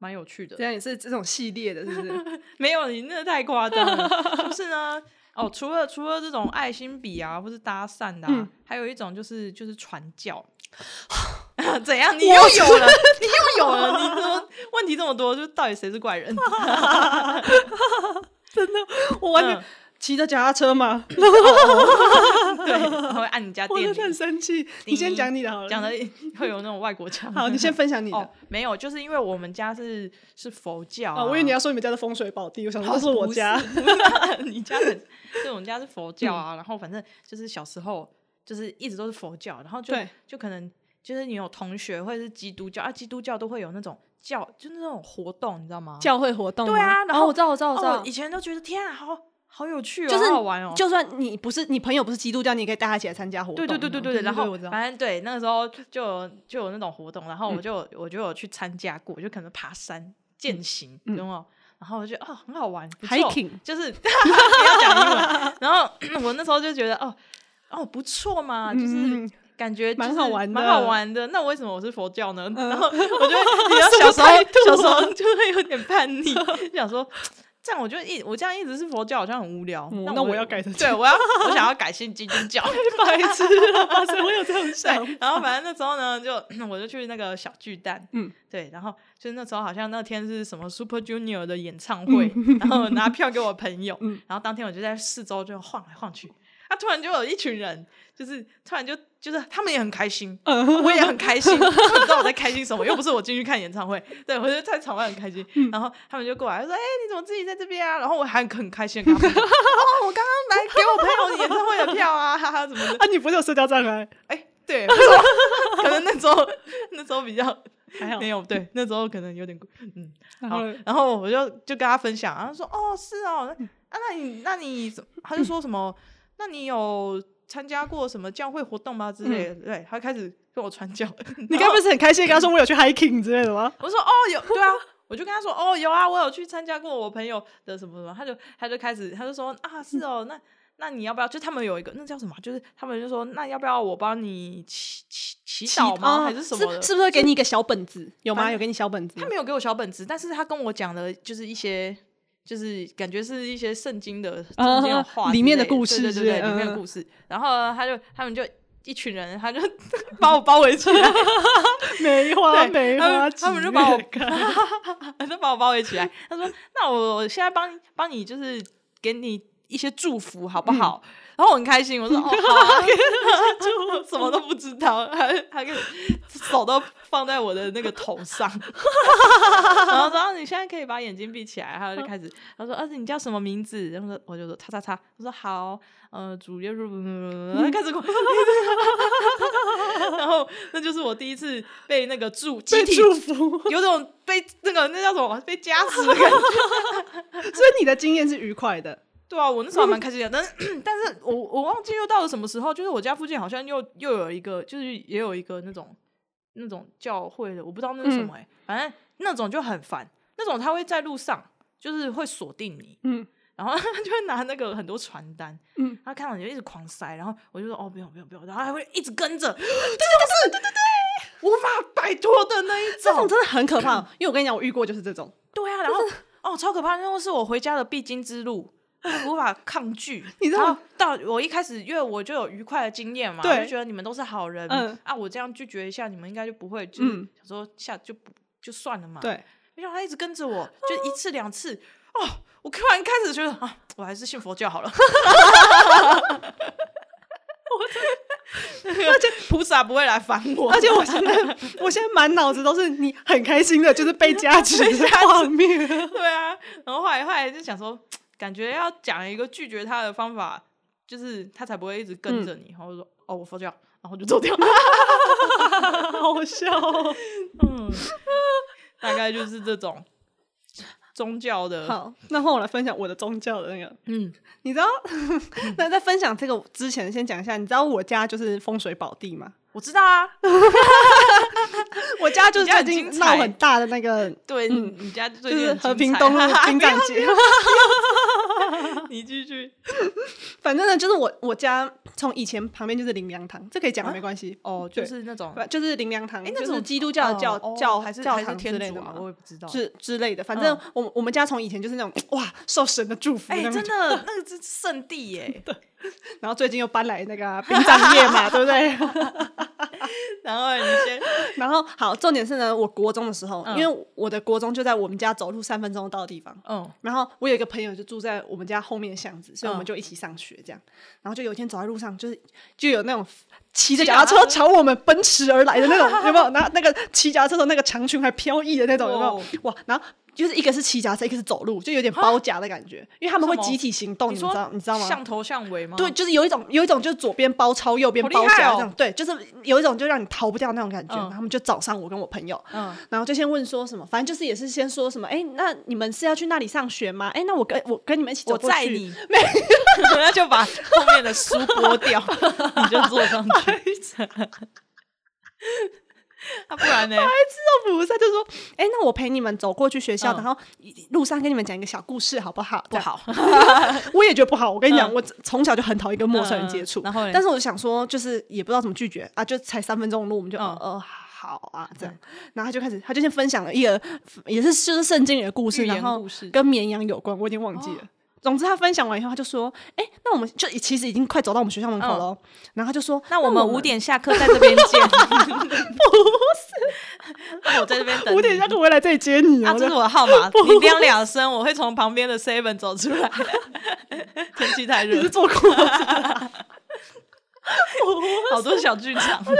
Speaker 1: 蛮有趣的
Speaker 2: 这，样也是这种系列的，是 不是？
Speaker 1: 没有，你那个太夸张了。 就是呢，哦，除了除了这种爱心笔啊，或是搭讪的、啊，
Speaker 2: 嗯
Speaker 1: 还有一种就是就是传教。 怎样？你又有了，你又有了，你怎么问题这么多？就到底谁是怪人？
Speaker 2: 我完全
Speaker 1: 嗯
Speaker 2: 骑着脚踏 车嘛，
Speaker 1: 对，他会按你家
Speaker 2: 我
Speaker 1: 店
Speaker 2: 真的很
Speaker 1: 里
Speaker 2: 生气。你先讲你的好了，
Speaker 1: 讲的会有那种外国腔。
Speaker 2: 好，你先分享你的
Speaker 1: 哦。，没有，就是因为我们家是是佛教、啊
Speaker 2: 哦，我以为你要说你们家的风水宝地，我想说这是我家。
Speaker 1: 不是你家 很，对，我们家是佛教
Speaker 2: 嗯
Speaker 1: 啊。然后反正就是小时候就是一直都是佛教，然后就
Speaker 2: 对
Speaker 1: 就可能就是你有同学或者是基督教啊，基督教都会有那种教，就是那种活动，你知道吗？
Speaker 2: 教会活动吗
Speaker 1: 对啊然后
Speaker 2: 哦我知道，我知道，我知
Speaker 1: 哦
Speaker 2: 道，
Speaker 1: 以。前都觉得天啊，好好有趣哦，
Speaker 2: 就是
Speaker 1: 好好玩哦。
Speaker 2: 就算你不是你朋友不是基督教，你也可以带他一起来参加活动
Speaker 1: 对
Speaker 2: 嘛。
Speaker 1: 对对对对，然后
Speaker 2: 我知道。嗯
Speaker 1: 反正对那个时候就有就有那种活动，然后我就、我就有去参加过，就可能爬山、践行，
Speaker 2: 嗯
Speaker 1: 懂吗？然后我就觉得哦，很好玩不错
Speaker 2: Hiking
Speaker 1: 就是 不要讲英文。然后 我那时候就觉得哦哦不错嘛，就是
Speaker 2: 嗯
Speaker 1: 感觉就是
Speaker 2: 蛮好玩的嗯
Speaker 1: 蛮好玩的。那为什么我是佛教呢？然后我就会，你
Speaker 2: 什
Speaker 1: 知 道小
Speaker 2: 么
Speaker 1: 时候
Speaker 2: 态度
Speaker 1: 小
Speaker 2: 啊
Speaker 1: 时候就会有点叛逆，就想说这样我就一我这样一直是佛教好像很无聊，
Speaker 2: 嗯那我 要改成
Speaker 1: 对我要我想要改信基督教。
Speaker 2: 白痴 啊！ 谁会有这种想
Speaker 1: 对，然后反正那时候呢，就 我就去那个小巨蛋，
Speaker 2: 嗯，
Speaker 1: 对，然后就是那时候好像那天是什么 Super Junior 的演唱会，然后拿票给我朋友，
Speaker 2: 嗯
Speaker 1: 然后当天我就在四周就晃来晃去，啊，突然就有一群人，就是突然就就是他们也很开心，
Speaker 2: 嗯
Speaker 1: 我也很开心， 他们不知道我在开心什么，又不是我进去看演唱会，对我就在场外很开心，
Speaker 2: 嗯
Speaker 1: 然后他们就过来就说，哎、你怎么自己在这边啊？然后我还很开心的跟他们讲，哦，我刚刚来给我朋友演唱会的票啊，哈哈，怎么的。
Speaker 2: 啊，你不是有社交障碍？
Speaker 1: 哎、对，为什么可能那时候那时候比较
Speaker 2: 还好
Speaker 1: 没有对，那时候可能有点嗯
Speaker 2: 然
Speaker 1: 好
Speaker 2: 后嘞，
Speaker 1: 然后我就就跟他分享，然后说哦是哦，那啊那你那你怎他就说什么？那你有参加过什么教会活动吗？之类的，对，他开始跟我传教，
Speaker 2: 你
Speaker 1: 你
Speaker 2: 该不是很开心地跟他说我有去 hiking 之类的吗？
Speaker 1: 我说哦有对啊，我就跟他说哦有啊，我有去参加过我朋友的什么什么，他就他就开始他就说啊是哦，那那你要不要？就他们有一个那叫什么啊？就是他们就说，那要不要我帮你祈祈祈
Speaker 2: 祈
Speaker 1: 祷吗？
Speaker 2: 哦
Speaker 1: 还是什么的？
Speaker 2: 是是不是会给你一个小本子？有
Speaker 1: 反
Speaker 2: 吗？
Speaker 1: 正
Speaker 2: 有给你小本子吗
Speaker 1: 他？没有给我小本子，但是他跟我讲的就是一些，就是感觉是一些圣经的
Speaker 2: 啊
Speaker 1: 中间有话之类、
Speaker 2: 里面的故事
Speaker 1: 对对
Speaker 2: 是
Speaker 1: 对
Speaker 2: 不
Speaker 1: 对，
Speaker 2: 是
Speaker 1: 里面的
Speaker 2: 嗯
Speaker 1: 故事。然后呢他就他们就一群人，他就 把我包 围起来，
Speaker 2: 梅花
Speaker 1: 对，
Speaker 2: 梅
Speaker 1: 他
Speaker 2: 花
Speaker 1: 们
Speaker 2: 指
Speaker 1: 他们就
Speaker 2: 月
Speaker 1: 把我
Speaker 2: 开，
Speaker 1: 他把我包围起来。他说：“那我我现在帮你帮你，就是给你一些祝福，好不好？”然后我很开心，我说：“哦，好、啊。”什么都不知道，还还给手都放在我的那个头上， 然后说：“啊你现在可以把眼睛闭起来。”他就开始他说：“儿、啊、子，你叫什么名字？”然后说我就说：“叉叉叉。”他说：“好，呃，主耶稣。”然后开始哭。然后那就是我第一次被那个祝集
Speaker 2: 被
Speaker 1: 体
Speaker 2: 祝福。
Speaker 1: 有种被那个那叫什么被加持的感觉。
Speaker 2: 所以你的经验是愉快的，
Speaker 1: 对啊，我那时候还蛮开心的，但是但是我我忘记又到了什么时候，就是我家附近好像又又有一个，就是也有一个那种那种教会的，我不知道那是什么哎、反正那种就很烦，那种他会在路上就是会锁定你，
Speaker 2: 嗯，
Speaker 1: 然后就会拿那个很多传单，
Speaker 2: 嗯，
Speaker 1: 他看到你就一直狂塞，然后我就说哦不用不用不用，然后他还会一直跟着，这种是对对对，无法摆脱的那一种，
Speaker 2: 这种真的很可怕。因为我跟你讲，我遇过就是这种，
Speaker 1: 对啊，然后哦，超可怕，那是我回家的必经之路， 我无法抗拒。
Speaker 2: 你知
Speaker 1: 然
Speaker 2: 道
Speaker 1: 后到我一开始，因为我就有愉快的经验嘛，我
Speaker 2: 对
Speaker 1: 就觉得你们都是好人，
Speaker 2: 嗯
Speaker 1: 啊，我这样拒绝一下，你们应该就不会，就是
Speaker 2: 嗯
Speaker 1: 想说下就不就算了嘛。，
Speaker 2: 对，
Speaker 1: 没想到他一直跟着我，就一次两次，哦，我突然开始觉得啊，我还是信佛教好了。 而且菩萨不会来烦我，
Speaker 2: 而且我现在我现在满脑子都是你很开心的，就是被加持的画面。
Speaker 1: 对啊，然后后来后来就想说，感觉要讲一个拒绝他的方法，就是他才不会一直跟
Speaker 2: 嗯
Speaker 1: 着你。然后我就说哦，我佛教，然后就走掉。
Speaker 2: 好笑哦、
Speaker 1: 嗯， 大概就是这种宗教的。
Speaker 2: 好，那换我来分享我的宗教的那个。
Speaker 1: 嗯，
Speaker 2: 你知道？ 那在分享这个之前，先讲一下，你知道我家就是风水宝地吗？
Speaker 1: 我知道啊，
Speaker 2: 我家就是
Speaker 1: 你家很
Speaker 2: 最近
Speaker 1: 精
Speaker 2: 闹
Speaker 1: 彩
Speaker 2: 很大的那个，
Speaker 1: 对，你家
Speaker 2: 嗯就
Speaker 1: 最近
Speaker 2: 是
Speaker 1: 很
Speaker 2: 和
Speaker 1: 精
Speaker 2: 平
Speaker 1: 彩
Speaker 2: 东路
Speaker 1: 哈哈
Speaker 2: 殡葬街。
Speaker 1: 你继 续。
Speaker 2: 反正呢，就是我我家从以前旁边就是灵粮堂，这可以讲吗没关系。
Speaker 1: 哦，就
Speaker 2: 对
Speaker 1: 是那种，
Speaker 2: 不就是灵粮堂，
Speaker 1: 哎，那
Speaker 2: 就是
Speaker 1: 种
Speaker 2: 基督教的教、
Speaker 1: 哦
Speaker 2: 教
Speaker 1: 还是
Speaker 2: 教
Speaker 1: 还是
Speaker 2: 堂之
Speaker 1: 天
Speaker 2: 类
Speaker 1: 主
Speaker 2: 的
Speaker 1: 啊
Speaker 2: 嘛，
Speaker 1: 我也不知道。
Speaker 2: 之之类的。反正我们、我们家从以前就是那种哇受神的祝福那
Speaker 1: 哎，
Speaker 2: 种，
Speaker 1: 真的，那个是圣地 耶。
Speaker 2: 然后最近又搬来那个啊殡葬业嘛，对不对？
Speaker 1: 然后你先，
Speaker 2: 然后好，重点是呢，我国中的时候，
Speaker 1: 嗯
Speaker 2: 因为我的国中就在我们家走路三分钟到的地方。
Speaker 1: 嗯，
Speaker 2: 然后我有一个朋友就住在我们家后面的巷子，所以我
Speaker 1: 嗯
Speaker 2: 们就一起上学这样。然后就有一天走在路上，就是就有那种骑着
Speaker 1: 骑
Speaker 2: 脚踏
Speaker 1: 脚踏车
Speaker 2: 车朝我们奔驰而来的那种，有没有？然后那个骑脚踏车的那个长裙还飘逸的那种，有没
Speaker 1: 哇
Speaker 2: 有？哇！然后就是一个是骑脚踏车，一个是走路，就有点包夹的感觉，因为他们会
Speaker 1: 什么
Speaker 2: 集体行哦动，你知道
Speaker 1: 说，
Speaker 2: 你知道吗？
Speaker 1: 像头像尾吗？
Speaker 2: 对，，就是有一种有一种就是左边包抄右边
Speaker 1: 好厉
Speaker 2: 包
Speaker 1: 害
Speaker 2: 夹
Speaker 1: 哦
Speaker 2: 这样，对，就是有一种就让你逃不掉那种感觉。
Speaker 1: 嗯
Speaker 2: 然后他们就找上我跟我朋友，
Speaker 1: 嗯，
Speaker 2: 然后就先问说什么，反正就是也是先说什么，哎、那你们是要去那里上学吗？哎、那我跟我跟你们一起走
Speaker 1: 我
Speaker 2: 过
Speaker 1: 载
Speaker 2: 去。
Speaker 1: 你，没， 那就把后面的书剥掉，你就坐上去。 啊，不然呢？
Speaker 2: 这种菩萨就说，哎、那我陪你们走过去学校，
Speaker 1: 嗯
Speaker 2: 然后路上跟你们讲一个小故事，好不好？
Speaker 1: 不 好，
Speaker 2: 我也觉得不好。我跟你讲，
Speaker 1: 嗯
Speaker 2: 我从小就很讨厌跟陌生人接触。
Speaker 1: 嗯嗯然后嘞
Speaker 2: 但是我就想说，就是也不知道怎么拒绝啊，就才三分钟的路，我们就、
Speaker 1: 嗯
Speaker 2: 呃好啊这样。然后他就开始，他就先分享了一个也是就是圣经里的故事，
Speaker 1: 寓言
Speaker 2: 然后
Speaker 1: 故事哦
Speaker 2: 跟绵羊有关，我已经忘记了。 总之，他分享完以后，他就说：“哎、那我们就其实已经快走到我们学校门口了哦。然后他就说：“
Speaker 1: 嗯那我们五点下课在这边 见。不 是，我在这边等你。
Speaker 2: 五点下课我会来这里接你哦。
Speaker 1: 啊，
Speaker 2: 这
Speaker 1: 这
Speaker 2: 样
Speaker 1: 是我的号 码，你亮两声，我会从旁边的 seven 走出来。 天气太
Speaker 2: 你是
Speaker 1: 热，
Speaker 2: 做过哦吗？
Speaker 1: 好多小剧场。
Speaker 2: 反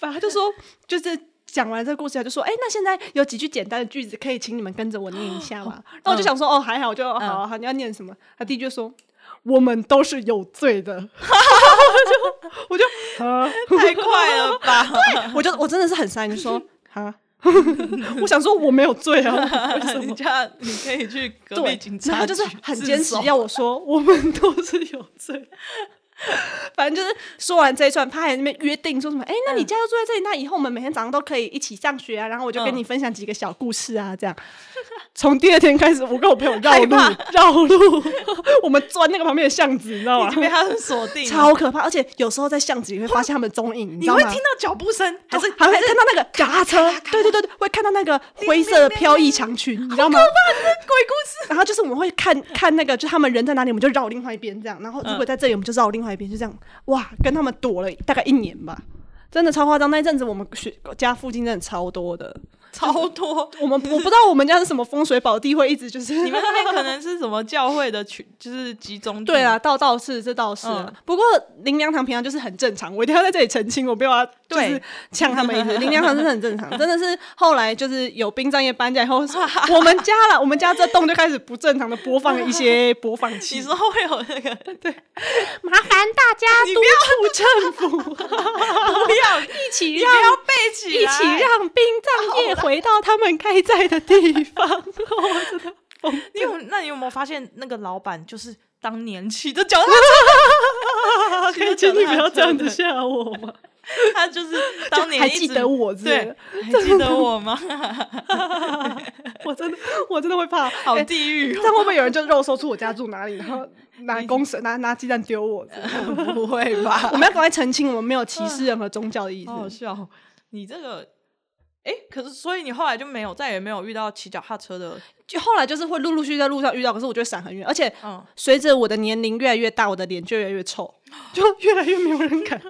Speaker 2: 正他就说，就是讲完这个故事，他就说，哎、那现在有几句简单的句子，可以请你们跟着我念一下吗？那我就想说，哦，还好，我就好、啊好，你要念什么？他第一句就说，我们都是有罪的。 我就 我就
Speaker 1: 太快了吧！
Speaker 2: 啊，我就我真的是很傻，你说啊， 我想说我没有罪啊， 为什
Speaker 1: 你
Speaker 2: 么？
Speaker 1: 这样你可以去隔壁
Speaker 2: 对
Speaker 1: 警，察
Speaker 2: 然后就是
Speaker 1: 局
Speaker 2: 很
Speaker 1: 自
Speaker 2: 坚持
Speaker 1: 首
Speaker 2: 要我说，我们都是有罪。反正就是说完这一串，他还在那边约定说什么？哎、
Speaker 1: 嗯
Speaker 2: 那你家就住在这里，那以后我们每天早上都可以一起上学啊，然后我就跟
Speaker 1: 嗯
Speaker 2: 你分享几个小故事啊，这样。从第二天开始，我跟我朋友绕 路
Speaker 1: 害，
Speaker 2: 绕路，我们钻那个旁边的巷子，你知道
Speaker 1: 已
Speaker 2: 吗
Speaker 1: 经？被他们锁定了，
Speaker 2: 超可怕，而且有时候在巷子里会发现他们的踪影，你知
Speaker 1: 你
Speaker 2: 道
Speaker 1: 会
Speaker 2: 吗
Speaker 1: 听？到脚步声，还是
Speaker 2: 还会看到那个脚踏车，对对对对，会看到那个灰色的飘逸长裙，你知道吗？
Speaker 1: 鬼故事？
Speaker 2: 然后就是我们会看看那个，就他们人在哪里，我们就绕另外一边这样。然后
Speaker 1: 嗯
Speaker 2: 如果在这里，我们就绕另外一边，就这样。哇，跟他们躲了大概一年吧，真的超夸张。那一阵子我们学家附近真的超多的，
Speaker 1: 超多。
Speaker 2: 我们我不知道我们家是什么风水宝地，会一直就是
Speaker 1: 你们那边可能是什么教会的群，就是集中地
Speaker 2: 对啊，，倒倒是这倒是啊、
Speaker 1: 嗯
Speaker 2: 不过林良堂平常就是很正常，我一定要在这里澄清，我不要就
Speaker 1: 对
Speaker 2: 是呛他们一次。林良堂真的很正常，真的是后来就是有殡葬业搬家 以后，我们家了，我们家这栋就开始不正常的播放一些播放器
Speaker 1: 你，说会有那个对，
Speaker 2: 麻烦大家
Speaker 1: 你
Speaker 2: 督促政府
Speaker 1: 不要一
Speaker 2: 一起
Speaker 1: 不
Speaker 2: 让。
Speaker 1: 要背起
Speaker 2: 一起
Speaker 1: 来
Speaker 2: 让殡葬业回到他们该在的地 方，我真的疯掉
Speaker 1: 你有那你有没有发现那个老板就是当年骑的脚踏车？
Speaker 2: 可以请你不要这样子
Speaker 1: 骑
Speaker 2: 吓我
Speaker 1: 着
Speaker 2: 吗？
Speaker 1: 脚踏车的，他就是当年
Speaker 2: 还
Speaker 1: 一直
Speaker 2: 记得我是不是
Speaker 1: 对，还记得我吗？
Speaker 2: 我真的我真的会怕，
Speaker 1: 好
Speaker 2: 欸
Speaker 1: 地狱哦，
Speaker 2: 但会不会有人就肉搜出我家住哪里，然后拿公 绳、拿拿鸡蛋丢我？
Speaker 1: 不会吧？
Speaker 2: 我们要赶快澄清，我们没有歧视任何宗教的意思。
Speaker 1: 好好笑哦，你这个。哎、可是所以你后来就没有，再也没有遇到骑脚踏车的，
Speaker 2: 就后来就是会陆陆续续在路上遇到，可是我就会闪很远，而且
Speaker 1: 嗯，
Speaker 2: 随着我的年龄越来越大，我的脸就越来越臭，就越来越没有 人敢。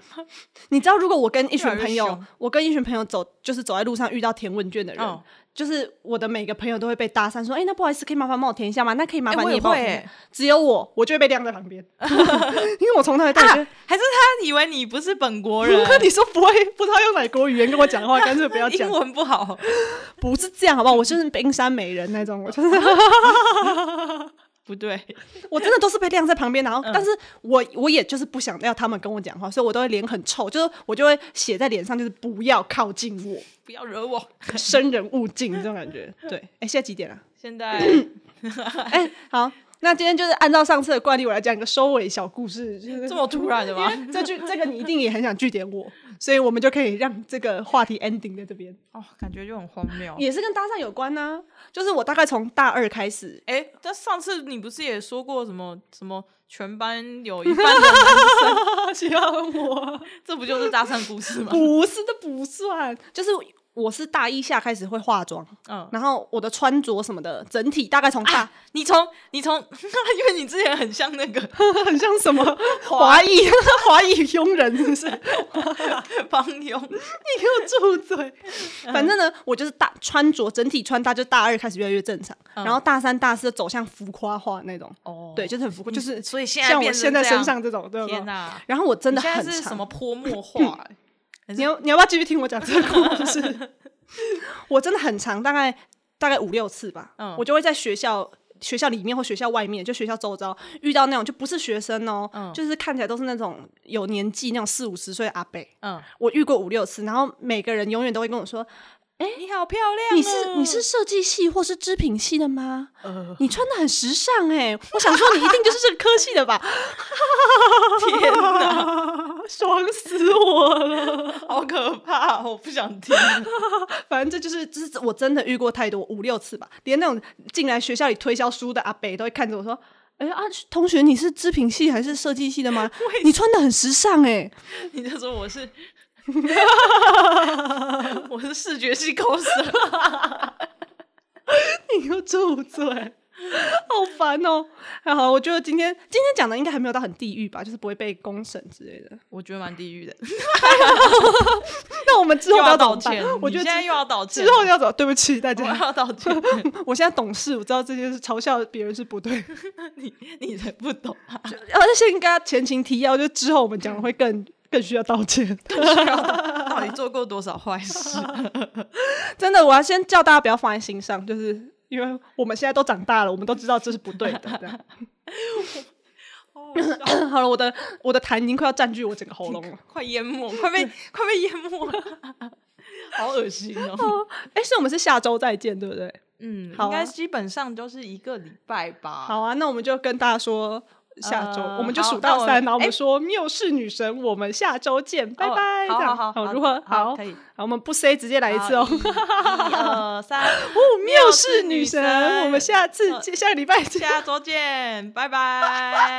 Speaker 2: 你知道，如果我跟一群
Speaker 1: 越来越
Speaker 2: 朋友
Speaker 1: 凶，
Speaker 2: 我跟一群朋友走，就是走在路上遇到填问卷的人，
Speaker 1: 嗯
Speaker 2: 就是我的每个朋友都会被搭讪说：“哎、那不好意思，可以麻烦帮我填一下吗？那可以麻
Speaker 1: 哎
Speaker 2: 烦
Speaker 1: 我
Speaker 2: 你
Speaker 1: 也
Speaker 2: 也帮我
Speaker 1: 会
Speaker 2: 填一下。
Speaker 1: 欸
Speaker 2: 只有我，我就会被晾在 旁边， 因为我从头到尾
Speaker 1: 啊
Speaker 2: 就。，
Speaker 1: 还是他以为你不是本国人，
Speaker 2: 你说不会不知道用哪国语言跟我讲话，干脆不要
Speaker 1: 英
Speaker 2: 讲。
Speaker 1: 文不好，
Speaker 2: 不是这样，好不好？我就是冰山美人那种，我就是
Speaker 1: 不对，
Speaker 2: 我真的都是被晾在旁边，然后，但是我我也就是不想要他们跟我讲话，所以我都会脸很臭，就是我就会写在脸上，就是不要靠近我，
Speaker 1: 不要惹我。
Speaker 2: 生人勿近这种感 觉。对，哎、现在几点了、
Speaker 1: 现 在
Speaker 2: 哎、好，那今天就是按照上次的惯例，我来讲一个收尾小故事，就是
Speaker 1: 这 么突然的吗？
Speaker 2: 这句这个你一定也很想据点我，所以我们就可以让这个话题 ending 在这边，
Speaker 1: 哦，感觉就很荒谬。
Speaker 2: 也是跟搭讪有关呢、就是我大概从大二开始，
Speaker 1: 哎、但上次你不是也说过什么什么全班有一半的 男生，
Speaker 2: 喜欢我。
Speaker 1: 这不就是搭讪故事吗？
Speaker 2: 不是，这不算，就是我是大一下开始会化妆，
Speaker 1: 嗯，
Speaker 2: 然后我的穿着什么的，整体大概从大、
Speaker 1: 你从你从， 因为你之前 很像那个
Speaker 2: 很像什么 华裔 华裔佣人，是 不是？
Speaker 1: 帮佣，
Speaker 2: 你给我住嘴！ 反正呢，我就是大穿着整体穿搭，就大二开始越来越正常，然后大三、大四走向浮夸化那种，
Speaker 1: 嗯哦
Speaker 2: 对，就是很浮夸，就是
Speaker 1: 所以现在
Speaker 2: 像我
Speaker 1: 变成
Speaker 2: 现在
Speaker 1: 这样
Speaker 2: 身上这种，对不对
Speaker 1: 天？哪，
Speaker 2: 然后我真的
Speaker 1: 你现
Speaker 2: 很
Speaker 1: 在是
Speaker 2: 长
Speaker 1: 什么泼墨画、欸？
Speaker 2: 你要你要不要继续听我讲这个故事？ 我真的很长，大概大概五六次吧。
Speaker 1: 嗯
Speaker 2: 我就会在学校学校里面或学校外面，就学校周遭遇到那种就不是学生哦，
Speaker 1: 嗯
Speaker 2: 就是看起来都是那种有年纪那种四五十岁的阿伯。
Speaker 1: 嗯，
Speaker 2: 我遇过五六次，然后每个人永远都会跟我说
Speaker 1: 你好漂亮、哦：“
Speaker 2: 你是你是设计系或是织品系的吗？
Speaker 1: 呃，
Speaker 2: 你穿的很时尚哎、我想说你一定就是这个科系的吧？
Speaker 1: 天哪，
Speaker 2: 爽死我了！
Speaker 1: 好可怕、哦，我不想听。
Speaker 2: 反正这就是，就是我真的遇过太多五六次吧，连那种进来学校里推销书的阿北都会看着我说：“哎、啊，同学，你是织品系还是设计系 的吗？你穿的很时尚哎、
Speaker 1: 你就说我 是，我是视觉系高手，
Speaker 2: 你又住嘴，好烦哦、还好，我觉得今天今天讲的应该还没有到很地狱吧，就是不会被公审之类的。
Speaker 1: 我觉得蛮地狱的。
Speaker 2: 那我们之
Speaker 1: 又
Speaker 2: 后
Speaker 1: 要
Speaker 2: 要
Speaker 1: 道
Speaker 2: 怎么
Speaker 1: 歉
Speaker 2: 办，我觉
Speaker 1: 你现
Speaker 2: 得
Speaker 1: 在
Speaker 2: 之
Speaker 1: 又要道歉，
Speaker 2: 之后要走，对不起大
Speaker 1: 我
Speaker 2: 家，
Speaker 1: 要道歉，
Speaker 2: 我现在懂事，我知道这件事嘲笑别人是不对的。
Speaker 1: 你你才不懂、啊，
Speaker 2: 而且先跟他前情提要，就之后我们讲的会更更需要道歉。
Speaker 1: 到底做过多少坏 事？
Speaker 2: 真的，我要先叫大家不要放在心上，就是因为我们现在都长大了，我们都知道这是不 对的。这样
Speaker 1: 哦，
Speaker 2: 好了，我的我的痰已经快要占据我整个喉咙了。
Speaker 1: 快淹没，快 被快被淹没了，好恶心 哦。
Speaker 2: 哎、所以我们是下周再见，对不对？
Speaker 1: 嗯，
Speaker 2: 好啊
Speaker 1: 应该基本上都是一个礼拜吧。
Speaker 2: 啊好啊，那我们就跟大家说，下周
Speaker 1: 呃
Speaker 2: 我们就
Speaker 1: 好
Speaker 2: 数到
Speaker 1: 那我
Speaker 2: 三，然后我
Speaker 1: 哎
Speaker 2: 们说缪氏女神，我们下周见，拜拜。
Speaker 1: 好
Speaker 2: 这样
Speaker 1: 好好，
Speaker 2: 如何？
Speaker 1: 好，
Speaker 2: 哎好
Speaker 1: 可，以。
Speaker 2: 好我们不 say 直接来一次哦
Speaker 1: 好。一一二 三，
Speaker 2: 哦，缪氏女神，我们下次
Speaker 1: 呃
Speaker 2: 见，下个礼拜见。
Speaker 1: 下周见，拜拜。